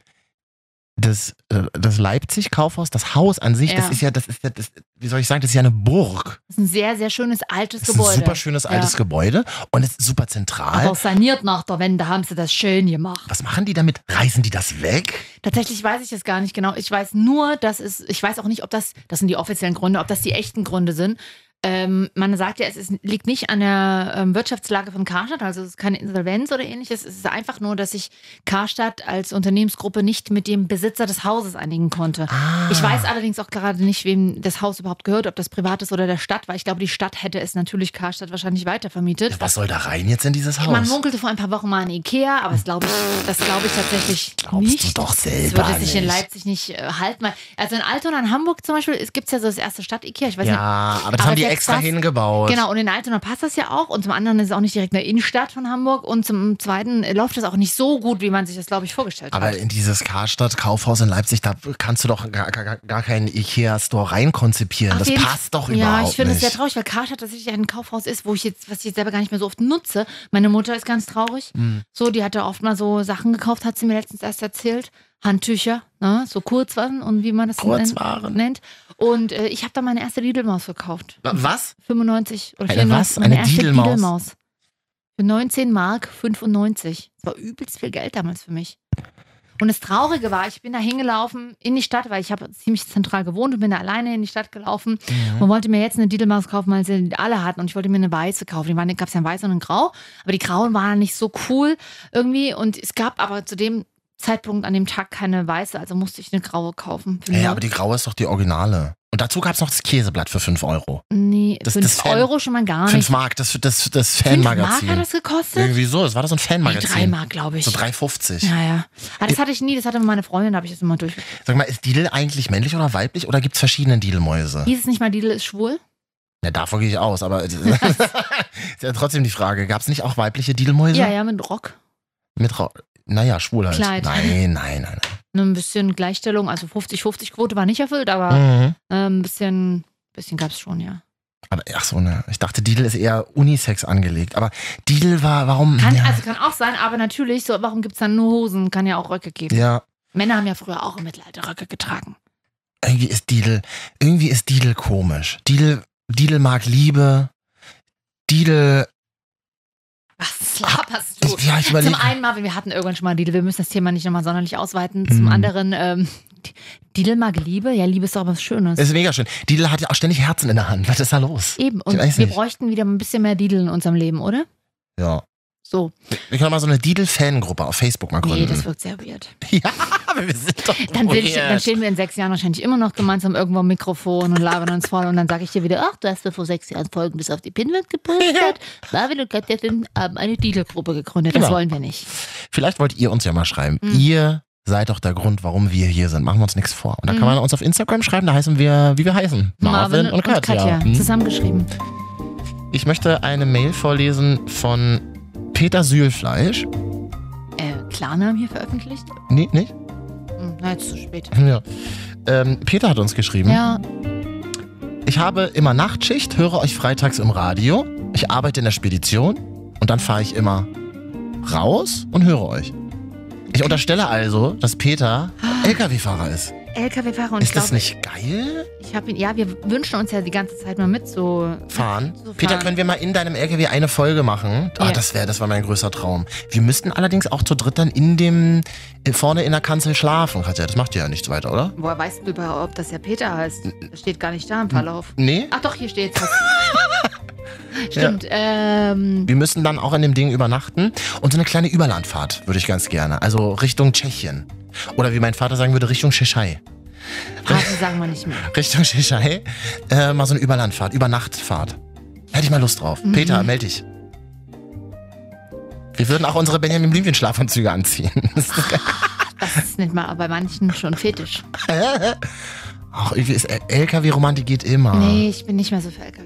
H: das, äh, das Leipzig-Kaufhaus, das Haus an sich, das
D: Ja.
H: ist ja, das ist ja, das, wie soll ich sagen, das ist ja eine Burg.
D: es ist ein sehr, sehr schönes altes
H: Das ist
D: Gebäude.
H: ein super schönes altes
D: Ja.
H: Gebäude und es ist super zentral.
D: aber saniert nach der Wende haben sie das schön gemacht.
H: Was machen die damit? Reißen die das weg?
D: Tatsächlich weiß ich das gar nicht genau. Ich weiß nur, dass es, ich weiß auch nicht, ob das, das sind die offiziellen Gründe, ob das die echten Gründe sind. Ähm, man sagt ja, es ist, liegt nicht an der ähm, Wirtschaftslage von Karstadt, also es ist keine Insolvenz oder ähnliches. Es ist einfach nur, dass sich Karstadt als Unternehmensgruppe nicht mit dem Besitzer des Hauses einigen konnte.
H: Ah.
D: Ich weiß allerdings auch gerade nicht, wem das Haus überhaupt gehört, ob das privat ist oder der Stadt, weil ich glaube, die Stadt hätte es natürlich Karstadt wahrscheinlich weitervermietet.
H: Was soll da rein jetzt in dieses Haus?
D: Man munkelte vor ein paar Wochen mal an Ikea, aber das glaube ich, das glaube ich tatsächlich
H: Glaubst
D: nicht.
H: du doch
D: Das
H: selber.
D: würde sich in
H: nicht.
D: Leipzig nicht äh, halten. weil- Also in Altona, in Hamburg zum Beispiel, es gibt ja so das erste Stadt-Ikea. Ich weiß
H: Ja,
D: nicht.
H: aber das
D: Aber
H: haben die
D: selbst
H: extra
D: das-
H: hingebaut.
D: Genau, und in Altona passt das ja auch. Und zum anderen ist es auch nicht direkt in der Innenstadt von Hamburg. Und zum Zweiten äh, läuft das auch nicht so gut, wie man sich das, glaube ich, vorgestellt
H: Aber
D: hat.
H: in dieses Karstadt-Kaufhaus in Leipzig, da kannst du doch gar, gar, gar keinen Ikea-Store reinkonzipieren.
D: Auf
H: Das
D: jeden-
H: passt doch überhaupt
D: Ja, ich finde es sehr
H: nicht.
D: traurig, weil Karstadt tatsächlich ein Kaufhaus ist, wo ich jetzt, was ich jetzt selber gar nicht mehr so oft nutze. Meine Mutter ist ganz traurig.
H: Hm.
D: So, die hatte oft mal so Sachen gekauft, hat sie mir letztens erst erzählt. Handtücher, ne? so Kurzwaren und wie man das
H: Kurzwaren.
D: nennt. Und äh, ich habe da meine erste Lidl-Maus verkauft.
H: Wa- Was?
D: 95 oder
H: Eine
D: 94.
H: was?
D: Meine
H: Eine
D: erste
H: Didelmaus?
D: Didelmaus. Für 19 Mark 95. Das war übelst viel Geld damals für mich. Und das Traurige war, ich bin da hingelaufen in die Stadt, weil ich habe ziemlich zentral gewohnt und bin da alleine in die Stadt gelaufen
H: Mhm.
D: und wollte mir jetzt eine Didelmaus kaufen, weil sie alle hatten und ich wollte mir eine weiße kaufen. Die gab es ja in weiß und in grau, aber die grauen waren nicht so cool irgendwie und es gab aber zu dem Zeitpunkt an dem Tag keine weiße, also musste ich eine graue kaufen. Für
H: Hey,
D: neun-
H: aber die graue ist doch die Originale. Und dazu gab es noch das Käseblatt für 5 Euro.
D: nee,
H: das-
D: 5
H: das Fan-
D: Euro schon mal gar
H: 5
D: Ah, nicht.
H: Mark, das, das, das
D: Fünf Mark hat
H: Fanmagazin.
D: das gekostet?
H: Irgendwie so, das war doch so ein Fanmagazin.
D: Drei Mark, glaube ich.
H: So 3,50.
D: ja, ja. Aber das hatte ich nie, das hatte meine Freundin, da habe ich das immer durch.
H: Sag mal, ist Didel eigentlich männlich oder weiblich oder gibt es verschiedene Didelmäuse?
D: Hieß es nicht mal, Lidl ist schwul?
H: Ja, davon gehe ich aus, aber ist ja trotzdem die Frage, gab es nicht auch weibliche Didelmäuse?
D: Ja, ja, mit Rock.
H: Mit Ra naja, schwul halt.
D: Kleid.
H: Nein, nein, nein.
D: Ne, Ein bisschen Gleichstellung, also 50-50-Quote war nicht erfüllt, aber
H: nein.
D: äh,
H: Mhm.
D: ein bisschen, bisschen gab es schon, ja.
H: Aber ach so, ne. Ich dachte, Didel ist eher Unisex angelegt. Aber Didel war, warum?
D: Kann,
H: Mhm. ja,
D: Also kann auch sein, aber natürlich, so, warum gibt es dann nur Hosen? Kann ja auch Röcke geben.
H: ja,
D: Männer haben ja früher auch im Mittelalter Röcke getragen.
H: irgendwie ist Didel, irgendwie ist Didel komisch. Didel, Didel mag Liebe. Didel,
D: Was laberst du?
H: ich, ja, ich
D: Zum
H: überlege.
D: einen, Marvin, wir hatten irgendwann schon mal Lidl, wir müssen das Thema nicht nochmal sonderlich ausweiten. Zum
H: Mhm.
D: anderen, ähm, Lidl mag Liebe. Ja, Liebe ist doch was Schönes.
H: Ist mega schön. Didel hat ja auch ständig Herzen in der Hand. Was ist da los?
D: Eben, und
H: weiß
D: wir
H: nicht.
D: bräuchten wieder ein bisschen mehr Didel in unserem Leben, oder?
H: Ja.
D: So,
H: Wir können mal so eine Didel-Fangruppe auf Facebook mal gründen.
D: nee, das wirkt sehr weird.
H: ja, aber wir sind doch
D: Dann, will ich,
H: weird.
D: dann stehen wir in sechs Jahren wahrscheinlich immer noch gemeinsam irgendwo am Mikrofon und labern uns voll und dann sage ich dir wieder, ach, du hast mir vor sechs Jahren Folgendes auf die Pinwand gepostet. Marvin und Katja haben eine Didel-Gruppe gegründet. Das
H: Genau.
D: wollen wir nicht.
H: Vielleicht wollt ihr uns ja mal schreiben.
D: Mhm.
H: Ihr seid doch der Grund, warum wir hier sind. Machen wir uns nichts vor. Und da
D: Mhm.
H: kann man uns auf Instagram schreiben, da heißen wir, wie wir heißen. Marvin, und Katja. Hm?
D: zusammengeschrieben.
H: Ich möchte eine Mail vorlesen von Peter Sühlfleisch.
D: Äh, Klarnamen hier veröffentlicht?
H: Nee, nicht?
D: Hm, na, jetzt zu spät.
H: Ja. Ähm, Peter hat uns geschrieben.
D: Ja,
H: Ich habe immer Nachtschicht, höre euch freitags im Radio. Ich arbeite in der Spedition und dann fahre ich immer raus und höre euch. Ich unterstelle also, dass Peter LKW-Fahrer ist.
D: LKW-Fahrer und ich
H: ist das
D: glaube,
H: nicht geil?
D: ich habe ihn, ja, wir wünschen uns ja die ganze Zeit mal mit so
H: Fahren.
D: So fahren.
H: Peter, können wir mal in deinem LKW eine Folge machen? Ah,
D: Ja.
H: das wäre, das war mein größter Traum. Wir müssten allerdings auch zu dritt dann in dem äh, vorne in der Kanzel schlafen. Katja, das macht dir ja nichts weiter, oder?
D: Woher weißt du überhaupt, dass er Peter heißt? Das steht gar nicht da im Verlauf.
H: Nee.
D: Ach doch, hier steht's. Stimmt. Ähm,
H: Wir müssen dann auch in dem Ding übernachten und so eine kleine Überlandfahrt würde ich ganz gerne. Also Richtung Tschechien. Oder wie mein Vater sagen würde, Richtung Tschechei.
D: Fragen sagen wir nicht mehr.
H: Richtung Tschechei. Äh, mal so eine Überlandfahrt, Übernachtfahrt. Hätte ich mal Lust drauf. Peter, melde dich. Wir würden auch unsere Benjamin Blümchen Schlafanzüge anziehen.
D: Das ist nicht mal bei manchen schon Fetisch.
H: Ach, irgendwie ist L- LKW-Romantik geht immer.
D: Nee, ich bin nicht mehr so für LKW.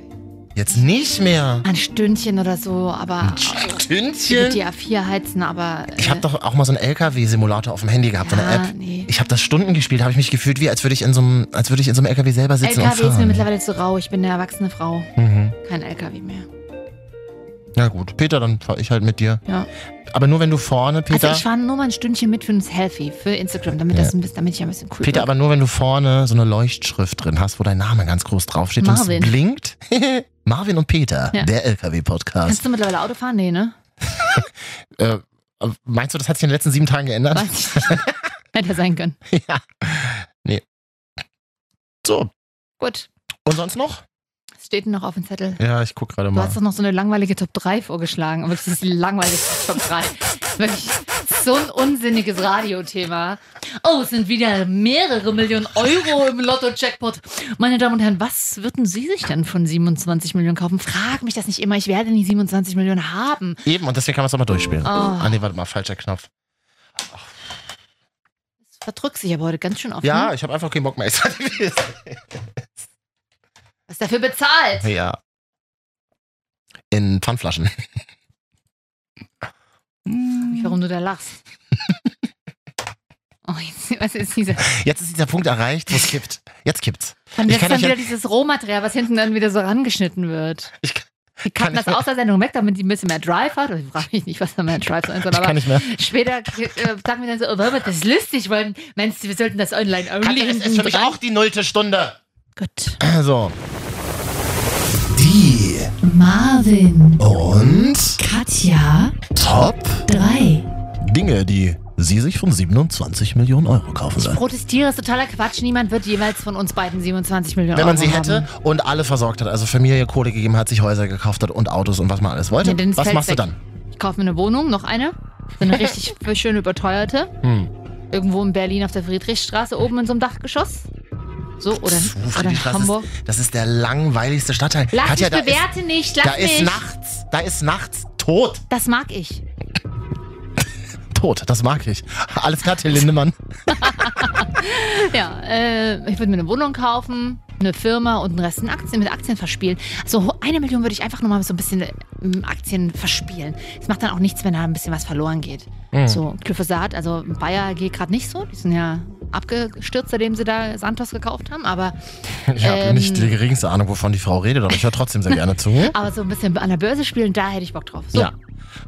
H: Jetzt nicht mehr.
D: Ein Stündchen oder so, aber mit die
H: Tündchen.
D: A4 heizen, aber. Äh,
H: Ich habe doch auch mal so einen LKW-Simulator auf dem Handy gehabt, so eine
D: ja,
H: App.
D: nee.
H: Ich habe das Stunden gespielt, habe ich mich gefühlt, wie als würde ich in so einem, als würde ich in so einem LKW selber sitzen
D: LKW
H: und
D: ist mir
H: fahren.
D: mittlerweile zu rau. Ich bin eine erwachsene Frau.
H: mhm.
D: Kein LKW mehr.
H: Ja gut, Peter, dann fahr ich halt mit dir.
D: Ja.
H: Aber nur wenn du vorne, Peter.
D: Also ich fahre nur mal ein Stündchen mit für ein Selfie, für Instagram, damit, das ein bisschen, damit ich ein bisschen cool
H: Peter,
D: bin.
H: aber nur wenn du vorne so eine Leuchtschrift drin hast, wo dein Name ganz groß draufsteht
D: Marvin.
H: und es blinkt. Marvin und Peter,
D: Ja.
H: der LKW-Podcast.
D: Kannst du mittlerweile Auto fahren? Nee, ne?
H: Äh, meinst du, das hat sich in den letzten sieben Tagen geändert?
D: Weiß ich nicht. Hätte ja sein können.
H: ja. Nee. So,
D: Gut.
H: und sonst noch?
D: Was steht denn noch auf dem Zettel?
H: Ja, ich guck gerade
D: Du
H: mal.
D: hast doch noch so eine langweilige Top 3 vorgeschlagen, aber das ist die langweiligste Top 3. Wirklich so ein unsinniges Radiothema. Oh, es sind wieder mehrere Millionen Euro im Lotto-Jackpot. Meine Damen und Herren, was würden Sie sich denn von 27 Millionen kaufen? Frag mich das nicht immer. Ich werde nie 27 Millionen haben.
H: Eben, und deswegen kann man es nochmal durchspielen. Ah,
D: Oh,
H: nee, warte mal, falscher Knopf.
D: das verdrückt sich aber heute ganz schön oft.
H: Ja,
D: Ne?
H: ich habe einfach keinen Bock mehr.
D: Was dafür bezahlt?
H: ja. In Pfandflaschen.
D: Warum du da lachst? Oh, jetzt, was ist diese?
H: Jetzt ist dieser Punkt erreicht, wo es kippt. Jetzt kippt's.
D: Und
H: Ich
D: jetzt
H: kann
D: dann
H: euch
D: wieder
H: ja-
D: dieses Rohmaterial, was hinten dann wieder so rangeschnitten wird.
H: Ich kann-
D: Die cutten
H: kann
D: das
H: ich-
D: aus der Sendung weg, damit die ein bisschen mehr Drive hat. Also, Ich frage mich nicht, was da mehr Drive sein soll,
H: Ich kann
D: aber
H: nicht mehr.
D: später äh, sagen wir dann so, oh, Robert, das ist lustig, weil meinst du, wir sollten das online only hinten dran-
H: die nullte Stunde.
D: Gut.
H: So.
A: Die
I: Marvin,
A: und
I: Katja,
A: Top
I: 3.
H: Dinge, die Sie sich von 27 Millionen Euro kaufen sollen.
D: Protestiere ist totaler Quatsch. Niemand wird jeweils von uns beiden 27 Millionen
H: Wenn man
D: Euro
H: sie hätte
D: haben.
H: und alle versorgt hat, also Familie Kohle gegeben hat, sich Häuser gekauft hat und Autos und was man alles wollte,
D: Nee, dann ist
H: was
D: Feld
H: machst
D: weg.
H: du dann?
D: Ich kaufe mir eine Wohnung, noch eine. So eine richtig schön überteuerte.
H: Hm.
D: Irgendwo in Berlin auf der Friedrichstraße oben in so einem Dachgeschoss. So, oder,
H: Pff,
D: oder in
H: Friedrichstraße
D: Hamburg.
H: Ist, das ist der langweiligste Stadtteil.
D: Lass
H: Katja,
D: mich
H: da
D: bewerte nicht,
H: ist,
D: lass
H: da ist
D: mich.
H: nachts, da ist nachts tot.
D: Das mag ich.
H: Tot, das mag ich. Alles klar, Till Lindemann.
D: Ja, äh, ich würde mir eine Wohnung kaufen, eine Firma und den Rest in Aktien mit Aktien verspielen. So eine Million würde ich einfach nochmal so ein bisschen ähm, Aktien verspielen. Es macht dann auch nichts, wenn da ein bisschen was verloren geht.
H: Mhm.
D: So, Glyphosat, also Bayer geht gerade nicht so. Die sind ja abgestürzt, seitdem sie da Santos gekauft haben, aber
H: Ich habe
D: Ähm.
H: nicht die geringste Ahnung, wovon die Frau redet, aber ich höre trotzdem sehr gerne zu.
D: Aber so ein bisschen an der Börse spielen, da hätte ich Bock drauf. So.
H: Ja.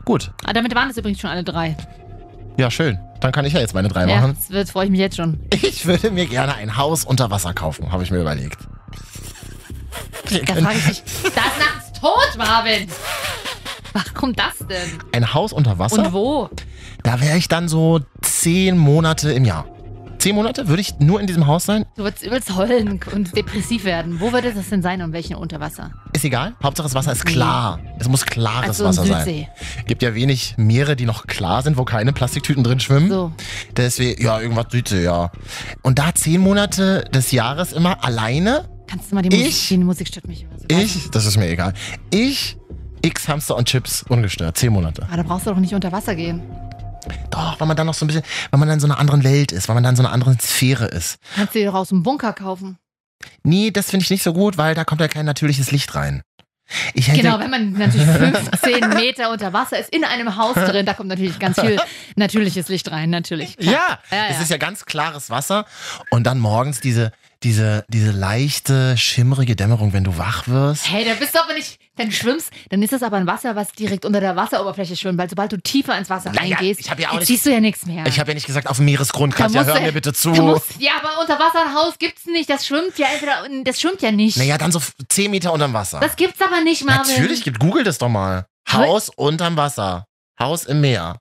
H: Gut.
D: Ah, Damit waren es übrigens schon alle drei.
H: Ja, schön. Dann kann ich ja jetzt meine drei
D: Ja,
H: machen.
D: das wird- freue ich mich jetzt schon.
H: Ich würde mir gerne ein Haus unter Wasser kaufen, habe ich mir überlegt.
D: Da frage ich mich, da ist nachts tot, Marvin. Warum das denn?
H: Ein Haus unter Wasser?
D: Und wo?
H: Da wäre ich dann so zehn Monate im Jahr. Zehn Monate? Würde ich nur in diesem Haus sein?
D: Du würdest übelst heulen und depressiv werden. Wo würde das denn sein und welchen Unterwasser?
H: Ist egal. Hauptsache das Wasser ist klar. Es muss klares
D: Also in
H: Wasser sein.
D: Südsee.
H: Gibt ja wenig Meere, die noch klar sind, wo keine Plastiktüten drin schwimmen.
D: So.
H: Deswegen, ja, irgendwas Südsee, ja. Und da zehn Monate des Jahres immer alleine?
D: Kannst du mal die Musik,
H: Ich?
D: die Musik stört mich immer so.
H: Ich, das ist mir egal. Ich, X Hamster und Chips ungestört. Zehn Monate.
D: Aber Ah, da brauchst du doch nicht unter Wasser gehen.
H: Doch, weil man dann noch so ein bisschen, weil man dann in so einer anderen Welt ist, weil man dann in so einer anderen Sphäre ist.
D: Kannst du dir doch aus dem Bunker kaufen.
H: Nee, das finde ich nicht so gut, weil da kommt ja kein natürliches Licht rein. Ich hätte,
D: Genau, wenn man natürlich 15 Meter unter Wasser ist, in einem Haus drin, da kommt natürlich ganz viel natürliches Licht rein, natürlich. Klar.
H: Ja,
D: Ja,
H: es
D: ja.
H: ist ja ganz klares Wasser und dann morgens diese, diese, diese leichte, schimmerige Dämmerung, wenn du wach wirst.
D: Hey, da bist du aber nicht, dann schwimmst, dann ist das aber ein Wasser, was direkt unter der Wasseroberfläche schwimmt, weil sobald du tiefer ins Wasser
H: Naja,
D: reingehst,
H: ich hab ja auch
D: jetzt
H: nicht-
D: siehst du ja nichts mehr.
H: Ich habe ja nicht gesagt, auf dem Meeresgrund,
D: Da
H: Katja,
D: musst
H: hör
D: du-
H: mir bitte zu.
D: da musst, ja, aber unter Wasser ein Haus gibt's nicht, das schwimmt ja entweder, das schwimmt ja nicht.
H: Naja, dann so f- 10 Meter unterm Wasser.
D: Das gibt's aber nicht, Marvin.
H: Natürlich, gibt- google das doch mal.
D: Aber-
H: Haus unterm Wasser. Haus im Meer.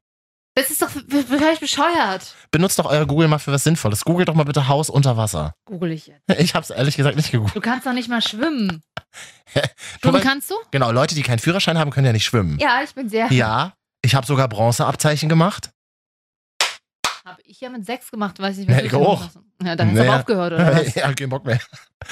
D: Das ist doch w- w- völlig bescheuert.
H: Benutzt doch euer Google mal für was Sinnvolles. Googelt doch mal bitte Haus unter Wasser.
D: Google ich jetzt.
H: Ich hab's ehrlich gesagt nicht gegoogelt.
D: Du kannst doch nicht mal schwimmen.
H: Wobei-
D: Schwimmen kannst du?
H: Genau, Leute, die keinen Führerschein haben, können ja nicht schwimmen.
D: Ja, ich bin sehr.
H: Ja, ich habe sogar Bronzeabzeichen gemacht.
D: Hab ich ja mit sechs gemacht, weiß nicht,
H: Ja,
D: du
H: ich auch.
D: gemacht hast. Ja, dann hast du
H: Naja.
D: aber aufgehört, oder was?
H: ja, kein Bock mehr.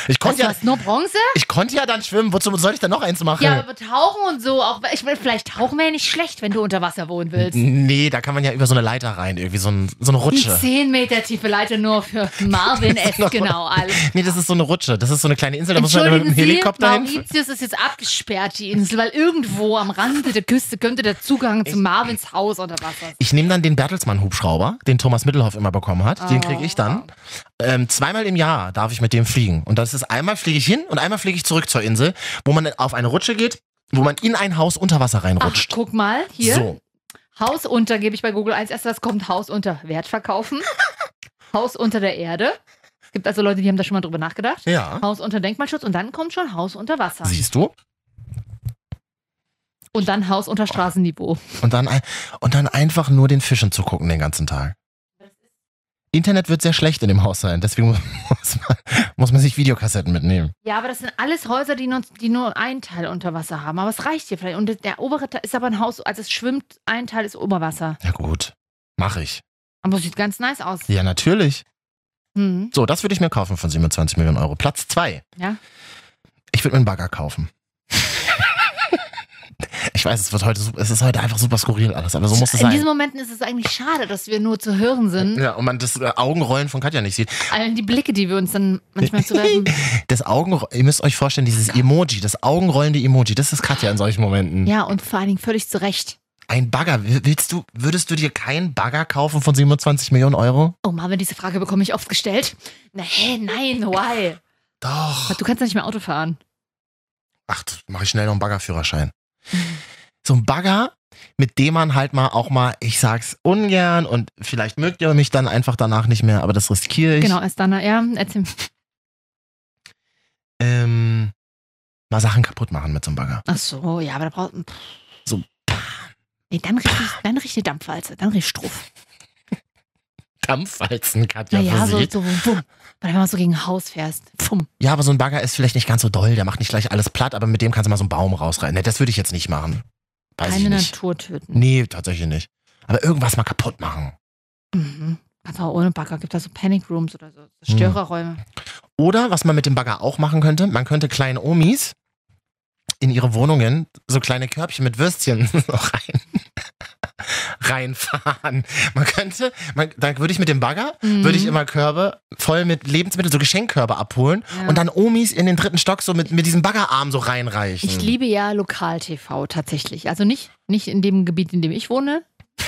H: Ich
D: Was,
H: konnte, ja,
D: was, nur Bronze?
H: ich konnte ja dann schwimmen. Wozu soll ich dann noch eins machen?
D: Ja, aber tauchen und so. Auch, ich meine, vielleicht tauchen wäre ja nicht schlecht, wenn du unter Wasser wohnen willst.
H: nee, da kann man ja über so eine Leiter rein, irgendwie so, ein, so eine
D: Die
H: Rutsche.
D: 10 Meter tiefe Leiter nur für Marvin S. genau, alles.
H: Nee, das ist so eine Rutsche. Das ist so eine kleine Insel, da muss man mit
D: Entschuldigen
H: dem
D: Sie,
H: Helikopter hin.
D: Mauritius ist jetzt abgesperrt, die Insel, weil irgendwo am Rande der Küste könnte der Zugang zu Marvins Haus unter Wasser sein.
H: Ich nehme dann den Bertelsmann-Hubschrauber, den Thomas Mittelhoff immer bekommen hat. Den kriege ich dann.
D: Ah.
H: Ähm, zweimal im Jahr darf ich mit dem fliegen. Und das ist einmal fliege ich hin und einmal fliege ich zurück zur Insel, wo man auf eine Rutsche geht, wo man in ein Haus unter Wasser
D: Ach,
H: reinrutscht.
D: guck mal, hier.
H: So.
D: Haus unter, gebe ich bei Google als erstes, kommt Haus unter Wert verkaufen. Haus unter der Erde. Es gibt also Leute, die haben da schon mal drüber nachgedacht.
H: Ja.
D: Haus unter Denkmalschutz und dann kommt schon Haus unter Wasser.
H: Siehst du?
D: Und dann Haus unter Straßenniveau.
H: Und dann, ein- und dann einfach nur den Fischen zu gucken den ganzen Tag. Internet wird sehr schlecht in dem Haus sein, deswegen muss man, muss man sich Videokassetten mitnehmen.
D: Ja, aber das sind alles Häuser, die nur, die nur einen Teil unter Wasser haben. Aber es reicht hier vielleicht. Und der obere Teil ist aber ein Haus, also es schwimmt, ein Teil ist Oberwasser.
H: Ja gut, mache ich.
D: Aber es sieht ganz nice aus.
H: Ja, natürlich.
D: Hm.
H: So, das würde ich mir kaufen von 27 Millionen Euro. Platz zwei.
D: Ja.
H: Ich würde mir einen Bagger kaufen. ich weiß, es wird heute, su- es ist heute einfach super skurril alles, aber so muss es
D: In diesen
H: sein.
D: Momenten ist es eigentlich schade, dass wir nur zu hören sind.
H: Ja, und man das äh, Augenrollen von Katja nicht sieht.
D: Allen die Blicke, die wir uns dann manchmal zuwerfen.
H: Das Augenrollen, ihr müsst euch vorstellen, dieses Emoji, das augenrollende Emoji, das ist Katja in solchen Momenten.
D: Ja, und vor allen Dingen völlig zu Recht.
H: Ein Bagger, w- willst du, würdest du dir keinen Bagger kaufen von 27 Millionen Euro?
D: Oh, Marvin, diese Frage bekomme ich oft gestellt. Na, hä, nein, why?
H: Doch.
D: Du kannst ja nicht mehr Auto fahren.
H: Ach, mache ich schnell noch einen Baggerführerschein. So ein Bagger, mit dem man halt mal auch mal, ich sag's ungern und vielleicht mögt ihr mich dann einfach danach nicht mehr, aber das riskiere ich.
D: Genau, erst dann, ja, erzähl.
H: Ähm, mal Sachen kaputt machen mit so einem Bagger.
D: Ach so, ja, aber da braucht. pff.
H: So.
D: Nee, dann richtig, dann richtig Dampfwalze, dann richtig Struff.
H: Dampfwalzen, Katja,
D: Naja, so,
H: versieht.
D: so, wumm. Weil wenn man so gegen ein Haus fährst, fumm.
H: Ja, aber so ein Bagger ist vielleicht nicht ganz so doll, der macht nicht gleich alles platt, aber mit dem kannst du mal so einen Baum rausreißen. Ne, das würde ich jetzt nicht machen. Weiß
D: Keine
H: ich nicht.
D: Natur töten.
H: Nee, tatsächlich nicht. Aber irgendwas mal kaputt machen.
D: Mhm. Kannst auch ohne Bagger, gibt da so Panic Rooms oder so.
H: Hm.
D: so Störerräume.
H: Oder was man mit dem Bagger auch machen könnte, man könnte kleinen Omis in ihre Wohnungen so kleine Körbchen mit Würstchen so rein, reinfahren. Man könnte, man, dann würde ich mit dem Bagger,
D: Mhm.
H: würde ich immer Körbe voll mit Lebensmitteln, so Geschenkkörbe abholen
D: Ja.
H: und dann Omis in den dritten Stock so mit, mit diesem Baggerarm so reinreichen.
D: Ich liebe ja Lokal-TV tatsächlich. Also nicht, nicht in dem Gebiet, in dem ich wohne,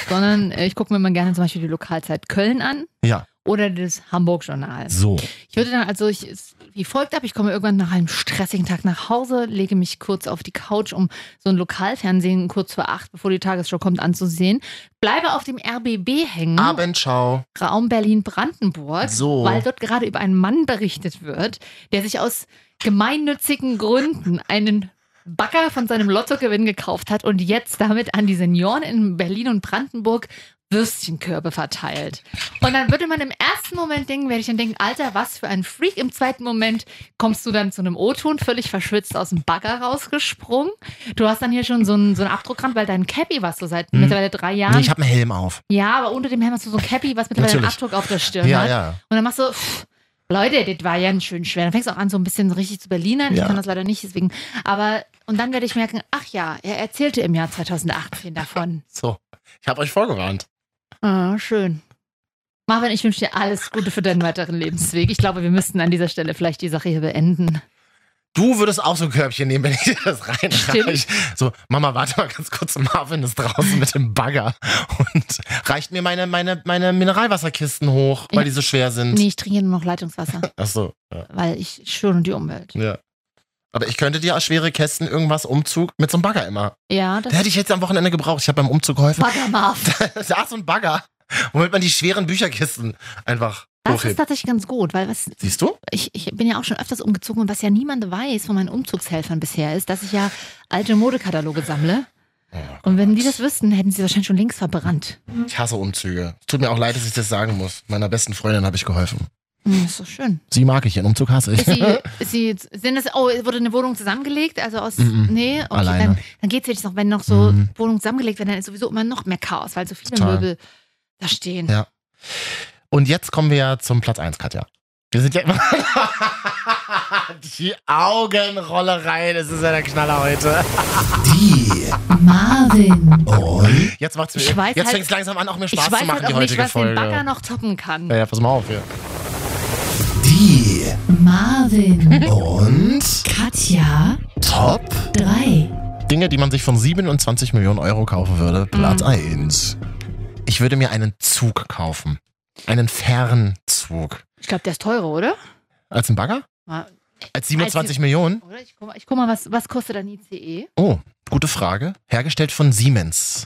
D: sondern äh, ich gucke mir mal gerne zum Beispiel die Lokalzeit Köln an.
H: Ja.
D: Oder das Hamburg-Journal.
H: So.
D: Ich würde dann also ich, es- wie folgt ab: Ich komme irgendwann nach einem stressigen Tag nach Hause, lege mich kurz auf die Couch, um so ein Lokalfernsehen kurz vor acht, bevor die Tagesschau kommt, anzusehen. Bleibe auf dem RBB hängen,
H: Abendschau.
D: Raum Berlin-Brandenburg,
H: So.
D: weil dort gerade über einen Mann berichtet wird, der sich aus gemeinnützigen Gründen einen Bagger von seinem Lottogewinn gekauft hat und jetzt damit an die Senioren in Berlin und Brandenburg Würstchenkörbe verteilt. Und dann würde man im ersten Moment denken, werde ich dann denken, Alter, was für ein Freak. Im zweiten Moment kommst du dann zu einem O-Ton, völlig verschwitzt aus dem Bagger rausgesprungen. Du hast dann hier schon so einen, so einen Abdruckrand, weil dein Cappy, was du seit mittlerweile drei Jahren
H: Nee, ich habe einen Helm auf.
D: ja, aber unter dem Helm hast du so ein Cappy, was mittlerweile einen
H: Natürlich.
D: Abdruck auf der Stirn
H: Ja,
D: hat.
H: ja.
D: Und dann machst du, pff, Leute, das war ja schön schwer. Dann fängst du auch an, so ein bisschen richtig zu Berlinern. Ich
H: Ja.
D: kann das leider nicht, deswegen. Aber, und dann werde ich merken, ach ja, er erzählte im Jahr 2018 davon.
H: So. Ich habe euch vorgewarnt.
D: Ah, schön. Marvin, ich wünsche dir alles Gute für deinen weiteren Lebensweg. Ich glaube, wir müssten an dieser Stelle vielleicht die Sache hier beenden.
H: Du würdest auch so ein Körbchen nehmen, wenn ich dir das reinreiche. So, Mama, warte mal ganz kurz. Marvin ist draußen mit dem Bagger und reicht mir meine, meine, meine Mineralwasserkisten hoch, weil
D: Ja.
H: die so schwer sind.
D: Nee, ich trinke hier nur noch Leitungswasser,
H: Ach so, ja.
D: weil ich schone die Umwelt.
H: ja. Aber ich könnte dir schwere Kästen irgendwas Umzug mit so einem Bagger immer.
D: Ja,
H: Der
D: das
H: hätte ich jetzt am Wochenende gebraucht. Ich habe beim Umzug geholfen.
D: Bagger Marv.
H: da ist so ein Bagger, womit man die schweren Bücherkisten einfach
D: Das ist
H: hochhebt.
D: tatsächlich ganz gut, weil was
H: Siehst du?
D: ich, ich bin ja auch schon öfters umgezogen und was ja niemand weiß von meinen Umzugshelfern bisher ist, dass ich ja alte Modekataloge sammle. Und
H: genau.
D: wenn die das wüssten, hätten sie wahrscheinlich schon längst verbrannt.
H: Ich hasse Umzüge. Tut mir auch leid, dass ich das sagen muss. Meiner besten Freundin habe ich geholfen.
D: Hm, ist so schön.
H: Sie mag ich, ihren Umzug hasse ich.
D: Ist sie, ist sie, sind das, oh, wurde eine Wohnung zusammengelegt? Also aus,
H: Mhm.
D: nee, okay,
H: Alleine.
D: dann, dann geht es jetzt noch, wenn noch so
H: Mhm.
D: Wohnungen zusammengelegt werden, dann ist sowieso immer noch mehr Chaos, weil so viele
H: Total.
D: Möbel da stehen.
H: Ja. Und jetzt kommen wir ja zum Platz 1, Katja. Wir sind ja immer. Die Augenrollerei, das ist ja der Knaller heute.
A: Die
I: Marvin,
A: und
H: Jetzt macht's mir.
D: Ich weiß
H: jetzt
D: halt-
H: fängt es langsam an, auch mir
D: Ich
H: Spaß zu
D: weiß
H: machen,
D: halt
H: die
D: auch nicht,
H: heutige
D: was den Bagger
H: Folge.
D: noch toppen kann.
H: Ja, ja, pass mal auf hier.
A: die
I: Marvin,
A: und
I: Katja,
A: Top
I: 3.
H: Dinge, die man sich von 27 Millionen Euro kaufen würde.
I: Mhm.
H: Platz 1. Ich würde mir einen Zug kaufen. Einen Fernzug.
D: Ich glaube, der ist teurer, oder?
H: Als ein Bagger?
D: Mal-
H: Als 27 Millionen?
D: oder? Ich guck mal, ich guck mal was, was kostet ein ICE? Ist
H: Oh, gute Frage. Hergestellt von Siemens.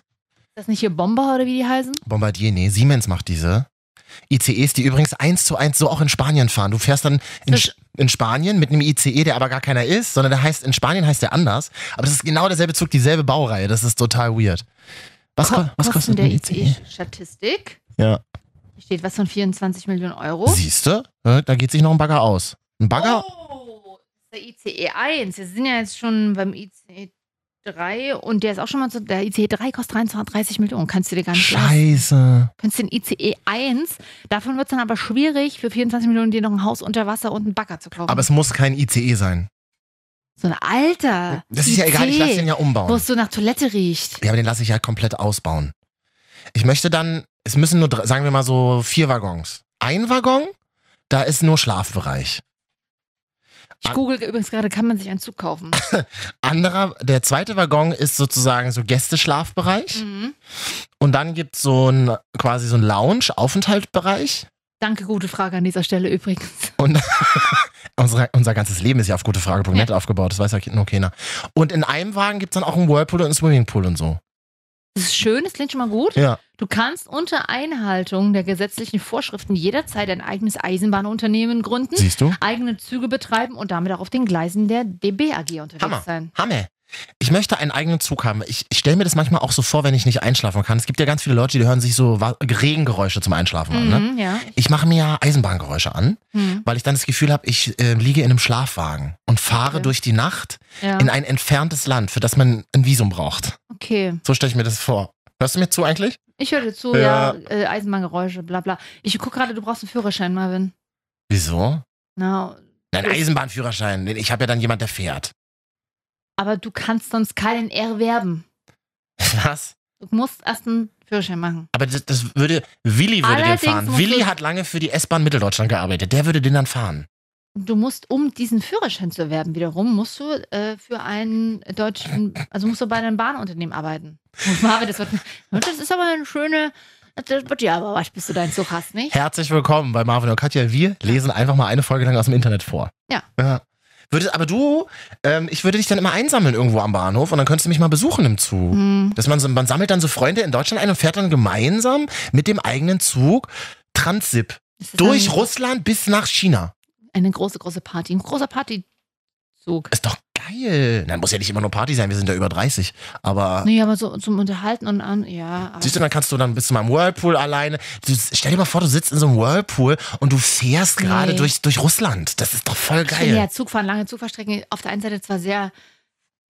D: das nicht hier Bomber oder wie die heißen?
H: Bombardier, nee, Siemens macht diese. ICEs, die übrigens eins zu eins so auch in Spanien fahren. Du fährst dann in,
D: Das-
H: Sch- in Spanien mit einem ICE, der aber gar keiner ist, sondern der heißt, in Spanien heißt der anders. Aber das ist genau derselbe Zug, dieselbe Baureihe. Das ist total weird. Was, ko was kostet
D: der E
H: ein ICE?
D: ICE-Statistik?
H: E? Ja.
D: Hier steht was von 24 Millionen Euro.
H: Siehst du? Da geht sich noch ein Bagger aus. Ein Bagger?
D: Oh, das ist der ICE 1. Wir sind ja jetzt schon beim E ICE 3 und der ist auch schon mal so. Der E ICE 3 kostet 33 Millionen. Kannst du dir gar nicht leisten.
H: Scheiße.
D: Könntest den E ICE 1, davon wird es dann aber schwierig, für 24 Millionen dir noch ein Haus unter Wasser und einen Bagger zu kaufen.
H: Aber es muss kein ICE sein.
D: so ein alter. E
H: Das ist ja egal, ich lasse den ja umbauen.
D: Wo es so nach Toilette riecht.
H: Ja, aber den lasse ich ja komplett ausbauen. Ich möchte dann, es müssen nur, drei- sagen wir mal so, vier Waggons. Ein Waggon, da ist nur Schlafbereich.
D: Ich google übrigens gerade, kann man sich einen Zug kaufen?
H: Anderer, der zweite Waggon ist sozusagen so Gästeschlafbereich.
D: mhm.
H: Und dann gibt's so ein, quasi so ein Lounge-Aufenthaltbereich.
D: Danke, gute Frage an dieser Stelle übrigens.
H: Unsere, unser ganzes Leben ist ja auf gutefrage.net aufgebaut, das weiß ja nur keiner. Und in einem Wagen gibt's dann auch einen Whirlpool und einen Swimmingpool und so.
D: Das ist schön, das klingt schon mal gut.
H: Ja.
D: Du kannst unter Einhaltung der gesetzlichen Vorschriften jederzeit ein eigenes Eisenbahnunternehmen gründen,
H: Siehst du?
D: eigene Züge betreiben und damit auch auf den Gleisen der DB AG unterwegs
H: Hammer.
D: sein.
H: Hamme. Ich möchte einen eigenen Zug haben. Ich, ich stelle mir das manchmal auch so vor, wenn ich nicht einschlafen kann. Es gibt ja ganz viele Leute, die hören sich so wa- Regengeräusche zum Einschlafen an. Ne?
D: Mhm, ja.
H: Ich mache mir ja Eisenbahngeräusche an,
D: Mhm,
H: weil ich dann das Gefühl habe, ich äh, liege in einem Schlafwagen und fahre
D: Okay.
H: durch die Nacht
D: ja.
H: in ein entferntes Land, für das man ein Visum braucht.
D: Okay.
H: So stelle ich mir das vor. Hörst du mir zu eigentlich?
D: Ich höre dir zu, ja,
H: Ja.
D: äh, Eisenbahngeräusche, bla bla. Ich gucke gerade, du brauchst einen Führerschein, Marvin.
H: Wieso?
D: Na,
H: Dein Eisenbahnführerschein. Ich habe ja dann jemand, der fährt.
D: aber du kannst sonst keinen erwerben.
H: Was?
D: Du musst erst einen Führerschein machen.
H: Aber das, das würde, Willi würde
D: Allerdings
H: den fahren.
D: musst
H: Willi
D: du-
H: hat lange für die S-Bahn Mitteldeutschland gearbeitet. Der würde den dann fahren.
D: Du musst, um diesen Führerschein zu erwerben, wiederum musst du äh, für einen deutschen, also musst du bei einem Bahnunternehmen arbeiten. Marvin, das, wird, das ist aber eine schöne, das wird ja aber was, bis du deinen Zug hast, nicht?
H: Herzlich willkommen bei Marvin und Katja. Wir lesen einfach mal eine Folge lang aus dem Internet vor.
D: Ja.
H: Würdest, aber du, ähm, ich würde dich dann immer einsammeln irgendwo am Bahnhof und dann könntest du mich mal besuchen im Zug.
D: Hm.
H: Dass man, so, man sammelt dann so Freunde in Deutschland ein und fährt dann gemeinsam mit dem eigenen Zug Transip
D: Das ist
H: durch
D: ein,
H: Russland bis nach China.
D: eine große, große Party. Ein großer Partyzug.
H: Ist doch geil. Dann muss ja nicht immer nur Party sein, wir sind ja über 30. Aber
D: Nee, aber so zum Unterhalten und an, ja. aber-
H: Siehst du, dann kannst du dann bist du mal im Whirlpool alleine. Du, stell dir mal vor, du sitzt in so einem Whirlpool und du fährst gerade
D: Nee.
H: durch, durch Russland. Das ist doch voll
D: Ich
H: geil.
D: finde ja Zugfahren, lange Zugfahrstrecken auf der einen Seite zwar sehr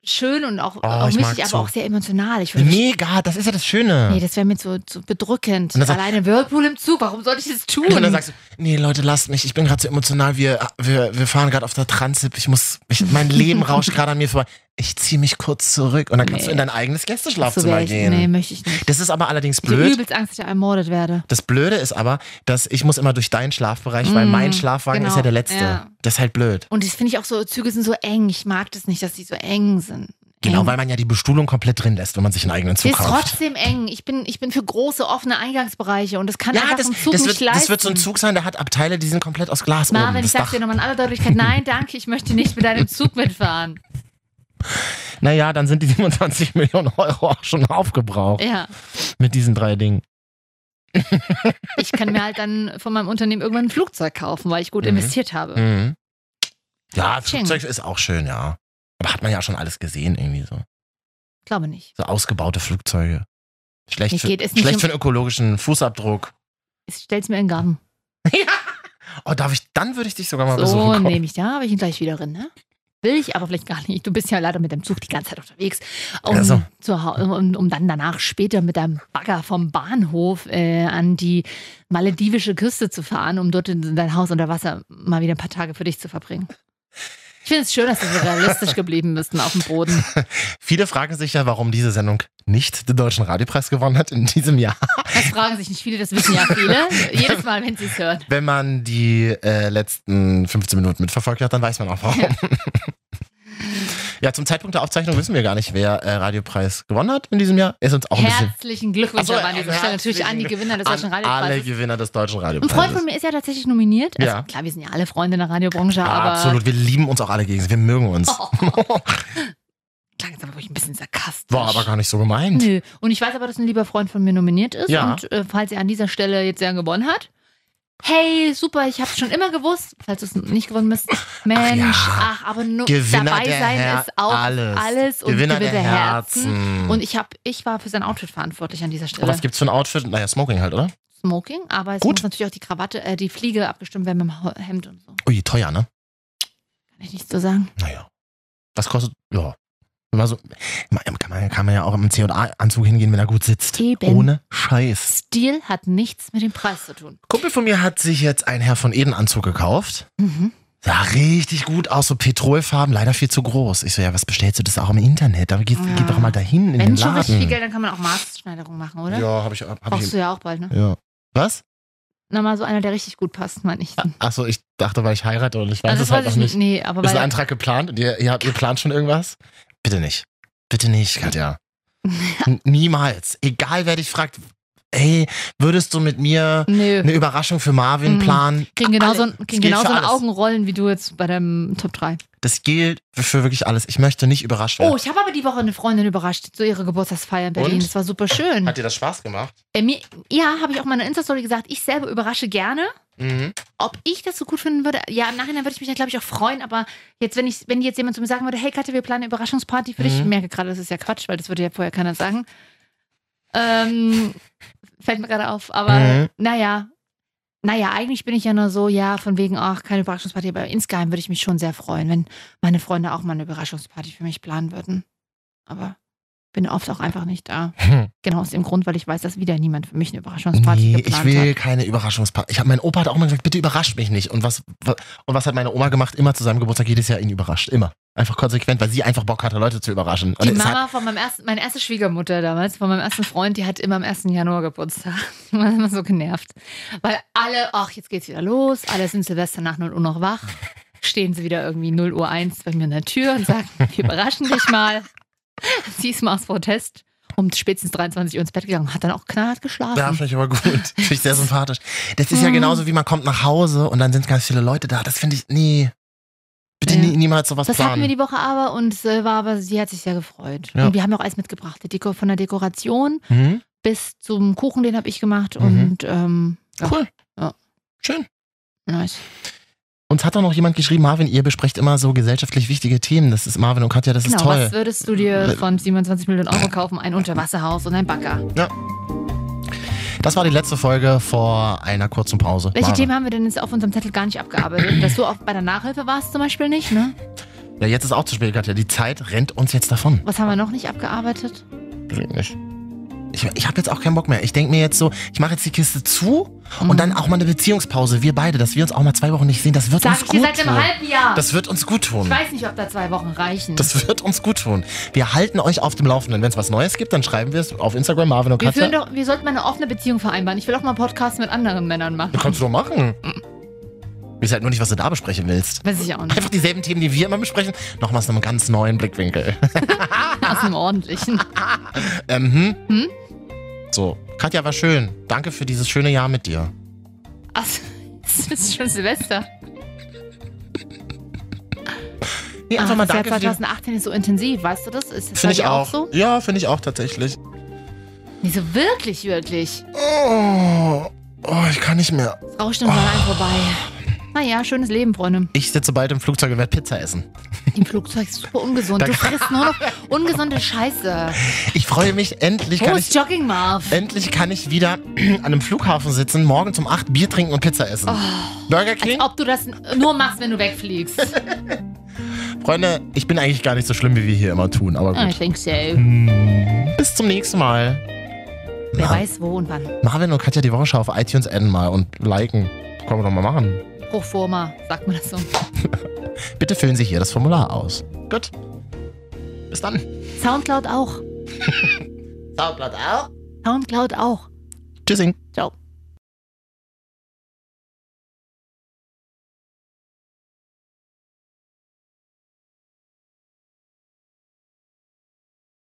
D: schön und auch, auch
H: Oh, ich mag
D: wichtig, aber
H: Zug.
D: auch sehr emotional. Ich würde
H: Mega, das ist ja das Schöne.
D: Nee, das wäre mir zu, zu bedrückend.
H: Und dann sagt-
D: Alleine Whirlpool im Zug, warum sollte ich das tun?
H: und dann sagst du, nee, Leute, lasst mich, ich bin gerade so emotional, wir, wir, wir fahren gerade auf der Transip, ich muss, ich, mein Leben rauscht gerade an mir vorbei. Ich ziehe mich kurz zurück und dann kannst
D: Nee.
H: du in dein eigenes
D: so
H: Gästeschlafzimmer
D: wär ich,
H: gehen.
D: Nee, möchte ich nicht.
H: Das ist aber allerdings
D: Ich habe
H: blöd.
D: übelst Angst, dass ich ermordet werde.
H: Das Blöde ist aber, dass ich muss immer durch deinen Schlafbereich, weil
D: Mm,
H: mein Schlafwagen
D: genau.
H: ist ja der letzte.
D: Ja.
H: Das ist halt blöd.
D: Und das finde ich auch so, Züge sind so eng. Ich mag das nicht, dass die so eng sind.
H: Genau,
D: eng.
H: weil man ja die Bestuhlung komplett drin lässt, wenn man sich einen eigenen Zug
D: ist
H: kauft.
D: trotzdem eng. Ich bin, ich bin für große offene Eingangsbereiche und das kann
H: Ja,
D: einfach
H: das,
D: ein Zug
H: das,
D: nicht
H: wird,
D: leisten.
H: das wird so ein Zug sein, der hat Abteile, die sind komplett aus Glas oben.
D: Marvin, ich
H: Das
D: sag's
H: Dach.
D: dir nochmal in aller Deutlichkeit, nein, danke, ich möchte nicht mit deinem Zug mitfahren.
H: Naja, dann sind die 27 Millionen Euro auch schon aufgebraucht
D: Ja.
H: mit diesen drei Dingen.
D: Ich kann mir halt dann von meinem Unternehmen irgendwann ein Flugzeug kaufen, weil ich gut
H: Mhm.
D: investiert habe.
H: Mhm. Ja,
D: Ching.
H: Flugzeug ist auch schön, ja. Aber hat man ja schon alles gesehen, irgendwie so.
D: Glaube nicht.
H: So ausgebaute Flugzeuge. Schlecht,
D: Mir
H: für,
D: geht es nicht
H: schlecht
D: um-
H: für den ökologischen Fußabdruck.
D: Ich stell's mir in den Garten.
H: Oh, darf ich, dann würde ich dich sogar mal
D: So
H: besuchen kommen.
D: nehme ich da, habe ich ihn gleich wieder drin, ne? will ich aber vielleicht gar nicht. Du bist ja leider mit dem Zug die ganze Zeit unterwegs. Um,
H: Also.
D: zu Hau- um, um dann danach später mit deinem Bagger vom Bahnhof äh, an die maledivische Küste zu fahren, um dort in dein Haus unter Wasser mal wieder ein paar Tage für dich zu verbringen. Ich finde es schön, dass wir so realistisch geblieben bist und auf dem Boden.
H: Viele fragen sich ja, warum diese Sendung nicht den Deutschen Radiopreis gewonnen hat in diesem Jahr.
D: Das fragen sich nicht viele, das wissen ja viele. Jedes Mal, wenn sie es hören.
H: Wenn man die äh, letzten 15 Minuten mitverfolgt hat, dann weiß man auch warum. Ja. zum Zeitpunkt der Aufzeichnung wissen wir gar nicht, wer äh, Radiopreis gewonnen hat in diesem Jahr. Ist uns auch ein bisschen.
D: Herzlichen Glückwunsch
H: Ach so,
D: aber an dieser Stelle
H: herzlichen
D: natürlich an die Gewinner des
H: an
D: Deutschen
H: Alle
D: Radiopreises.
H: Gewinner des Deutschen
D: Ein Freund von
H: Radiopreises.
D: mir ist ja tatsächlich nominiert. Also,
H: Also Ja.
D: Klar, wir sind ja alle Freunde in der Radiobranche, aber Oh.
H: Absolut, wir lieben uns auch alle gegenseitig. Wir mögen uns.
D: klang jetzt aber wirklich ein bisschen sarkastisch.
H: War aber gar nicht so gemeint.
D: Nö. Und ich weiß aber, dass ein lieber Freund von mir nominiert ist.
H: Ja.
D: Und äh, falls er an dieser Stelle jetzt ja gewonnen hat. Hey, super, ich hab's schon immer gewusst. Falls du es nicht gewonnen bist. Mensch,
H: ja.
D: ach, aber nur
H: Gewinner
D: dabei
H: der
D: sein
H: Her-
D: ist auch
H: alles.
D: alles, und
H: Gewinner der
D: Herzen.
H: Herzen.
D: Und ich hab, ich war für sein Outfit verantwortlich an dieser Stelle.
H: Aber was gibt's für ein Outfit? Naja, Smoking halt, oder?
D: Smoking, aber es
H: Gut.
D: muss natürlich auch die Krawatte, äh, die Fliege abgestimmt werden mit dem Ha- Hemd und so.
H: Ui, teuer, ne?
D: Kann ich nichts so sagen.
H: Naja. Was kostet, ja. Immer so, immer- kann, man, kann man ja auch im C&A-Anzug hingehen, wenn er gut sitzt.
D: Eben.
H: Ohne Scheiß.
D: Stil hat nichts mit dem Preis zu tun.
H: Kumpel von mir hat sich jetzt einen Herr von Eden-Anzug gekauft.
D: Mhm.
H: Sah richtig gut aus, so Petrolfarben, leider viel zu groß. Ich so, ja, was bestellst du das auch im Internet? Aber geh, geh doch mal dahin in
D: Wenn
H: den
D: schon
H: Laden.
D: richtig viel Geld, dann kann man auch Maßschneiderung machen, oder?
H: Ja, habe ich, hab
D: Brauchst
H: ich
D: du ja auch bald, ne?
H: ja. Was?
D: Na, mal so einer, der richtig gut passt, meine ich.
H: Achso, ich dachte, weil ich heirate und ich weiß
D: Also
H: es halt
D: weiß
H: noch
D: ich
H: nicht.
D: Nee, aber
H: Ist ein
D: weil,
H: Antrag geplant und ihr, ihr, habt, ihr plant schon irgendwas? Bitte nicht. Bitte nicht, Katja. N Niemals. Egal wer dich fragt, ey, würdest du mit mir
D: nö,
H: eine Überraschung für Marvin
D: Mhm.
H: planen?
D: kriegen genauso, kriegen
H: gilt
D: genauso
H: für
D: ein
H: alles.
D: Augenrollen wie du jetzt bei deinem Top 3.
H: Das gilt für wirklich alles. Ich möchte nicht überrascht werden.
D: Oh, ich habe aber die Woche eine Freundin überrascht zu ihrer Geburtstagsfeier in Berlin.
H: Und?
D: Das war super schön.
H: Hat dir das Spaß gemacht?
D: Äh, mir, ja, habe ich auch mal in der Insta-Story gesagt, ich selber überrasche gerne.
H: Mhm.
D: Ob ich das so gut finden würde, ja, im Nachhinein würde ich mich ja, glaube ich, auch freuen, aber jetzt, wenn ich, wenn jetzt jemand zu mir sagen würde, hey Katja, wir planen eine Überraschungsparty für dich,
H: Mhm.
D: ich merke gerade, das ist ja Quatsch, weil das würde ja vorher keiner sagen. Ähm, fällt mir gerade auf, aber
H: Mhm.
D: naja. Naja, eigentlich bin ich ja nur so, ja, von wegen, ach, keine Überraschungsparty, aber insgeheim würde ich mich schon sehr freuen, wenn meine Freunde auch mal eine Überraschungsparty für mich planen würden. Aber bin oft auch einfach nicht da.
H: Hm.
D: Genau aus dem Grund, weil ich weiß, dass wieder niemand für mich eine Überraschungsparty
H: Nee, ich
D: geplant
H: will
D: hat.
H: keine Überraschungsparty. Ich hab, mein Opa hat auch immer gesagt, bitte überrascht mich nicht. Und was, wa- und was hat meine Oma gemacht? Immer zu seinem Geburtstag jedes Jahr ihn überrascht. Immer. Einfach konsequent, weil sie einfach Bock hatte, Leute zu überraschen. Und
D: Die
H: es hat-
D: Mama von meinem ersten, meine erste Schwiegermutter damals, von meinem ersten Freund, die hat immer am 1. Januar Geburtstag. Die war immer so genervt. Weil alle, ach, jetzt geht's wieder los, alle sind Silvesternacht 0 Uhr noch wach, stehen sie wieder irgendwie 0 Uhr 1 bei mir an der Tür und sagen, wir überraschen dich mal. Sie ist mal aus Protest um spätestens 23 Uhr ins Bett gegangen, hat dann auch knallhart geschlafen.
H: Ja, finde ich aber gut. Finde ich sehr sympathisch. Das
D: Mhm.
H: ist ja genauso, wie man kommt nach Hause und dann sind ganz viele Leute da. Das finde ich, nee. Bitte
D: Ja.
H: nie, niemals sowas
D: Das hatten wir
H: planen.
D: die Woche aber und äh, war aber, sie hat sich sehr gefreut.
H: Ja.
D: Und wir haben ja auch alles mitgebracht. Die Deko von der Dekoration
H: Hm?
D: bis zum Kuchen, den habe ich gemacht.
H: Mhm.
D: Und ähm, ja,
H: Cool.
D: Ja.
H: Schön.
D: nice.
H: Uns hat auch noch jemand geschrieben, Marvin, ihr besprecht immer so gesellschaftlich wichtige Themen. Das ist Marvin und Katja, das ist
D: Genau,
H: toll. Äh,
D: was würdest du dir von 27 Millionen Euro kaufen? Ein Unterwasserhaus und ein Bagger.
H: Das war die letzte Folge vor einer kurzen Pause.
D: Welche
H: Marvin.
D: Themen haben wir denn jetzt auf unserem Zettel gar nicht abgearbeitet? Dass du auch bei der Nachhilfe warst zum Beispiel nicht, ne?
H: Ja, jetzt ist auch zu spät, Katja. Die Zeit rennt uns jetzt davon.
D: Was haben wir noch nicht abgearbeitet?
H: Ich, ich habe jetzt auch keinen Bock mehr. Ich denke mir jetzt so, ich mache jetzt die Kiste zu
D: Mhm.
H: und dann auch mal eine Beziehungspause. Wir beide, dass wir uns auch mal zwei Wochen nicht sehen, das wird
D: Sag
H: uns
D: ich
H: gut
D: dir seit einem
H: tun.
D: halben Jahr.
H: Das wird uns gut tun.
D: ich weiß nicht, ob da zwei Wochen reichen.
H: Das wird uns gut tun. Wir halten euch auf dem Laufenden. Wenn es was Neues gibt, dann schreiben wir es auf Instagram, Marvin und
D: wir, führen
H: Katja.
D: doch, wir sollten mal eine offene Beziehung vereinbaren. Ich will auch mal Podcasts mit anderen Männern machen.
H: Das kannst du doch machen. Ich halt nur nicht, was du da besprechen willst.
D: Weiß ich auch nicht.
H: Einfach dieselben Themen, die wir immer besprechen, nochmal aus einem ganz neuen Blickwinkel.
D: Aus dem ordentlichen.
H: ähm, hm?
D: Hm?
H: So, Katja, war schön. Danke für dieses schöne Jahr mit dir.
D: Also, es ist schon Silvester.
H: Nee, einfach mal
D: das Jahr
H: danke für die-
D: 2018 ist so intensiv, weißt du das? Ist das bei
H: Finde ich
D: dir
H: auch.
D: so?
H: Ja, finde ich auch tatsächlich.
D: Nee, so wirklich, wirklich.
H: Oh, oh, ich kann nicht mehr.
D: Das rauscht uns allein
H: Oh.
D: vorbei. Naja, schönes Leben, Freunde.
H: Ich sitze bald im Flugzeug und werde Pizza essen.
D: Im Flugzeug ist super ungesund. Du frisst nur noch ungesunde Scheiße.
H: Ich freue mich endlich.
D: Wo
H: Kann ich Äh,
D: ist Jogging Marv?
H: Endlich kann ich wieder an einem Flughafen sitzen, morgen zum 8 Bier trinken und Pizza essen. Burger King?
D: Ob du das nur machst, wenn du wegfliegst.
H: Freunde, ich bin eigentlich gar nicht so schlimm, wie wir hier immer tun, aber
D: I
H: gut.
D: think so.
H: Hm. Bis zum nächsten Mal.
D: Wer weiß wo und wann.
H: Marvin und Katja die Wochenschau auf iTunes adden mal und liken. Können wir doch mal machen.
D: Proforma, sagt man das so.
H: Bitte füllen Sie hier das Formular aus. Gut. Bis dann.
D: Soundcloud auch.
H: Zauberblatt auch.
D: Soundcloud auch.
H: Tschüssing.
D: Ciao.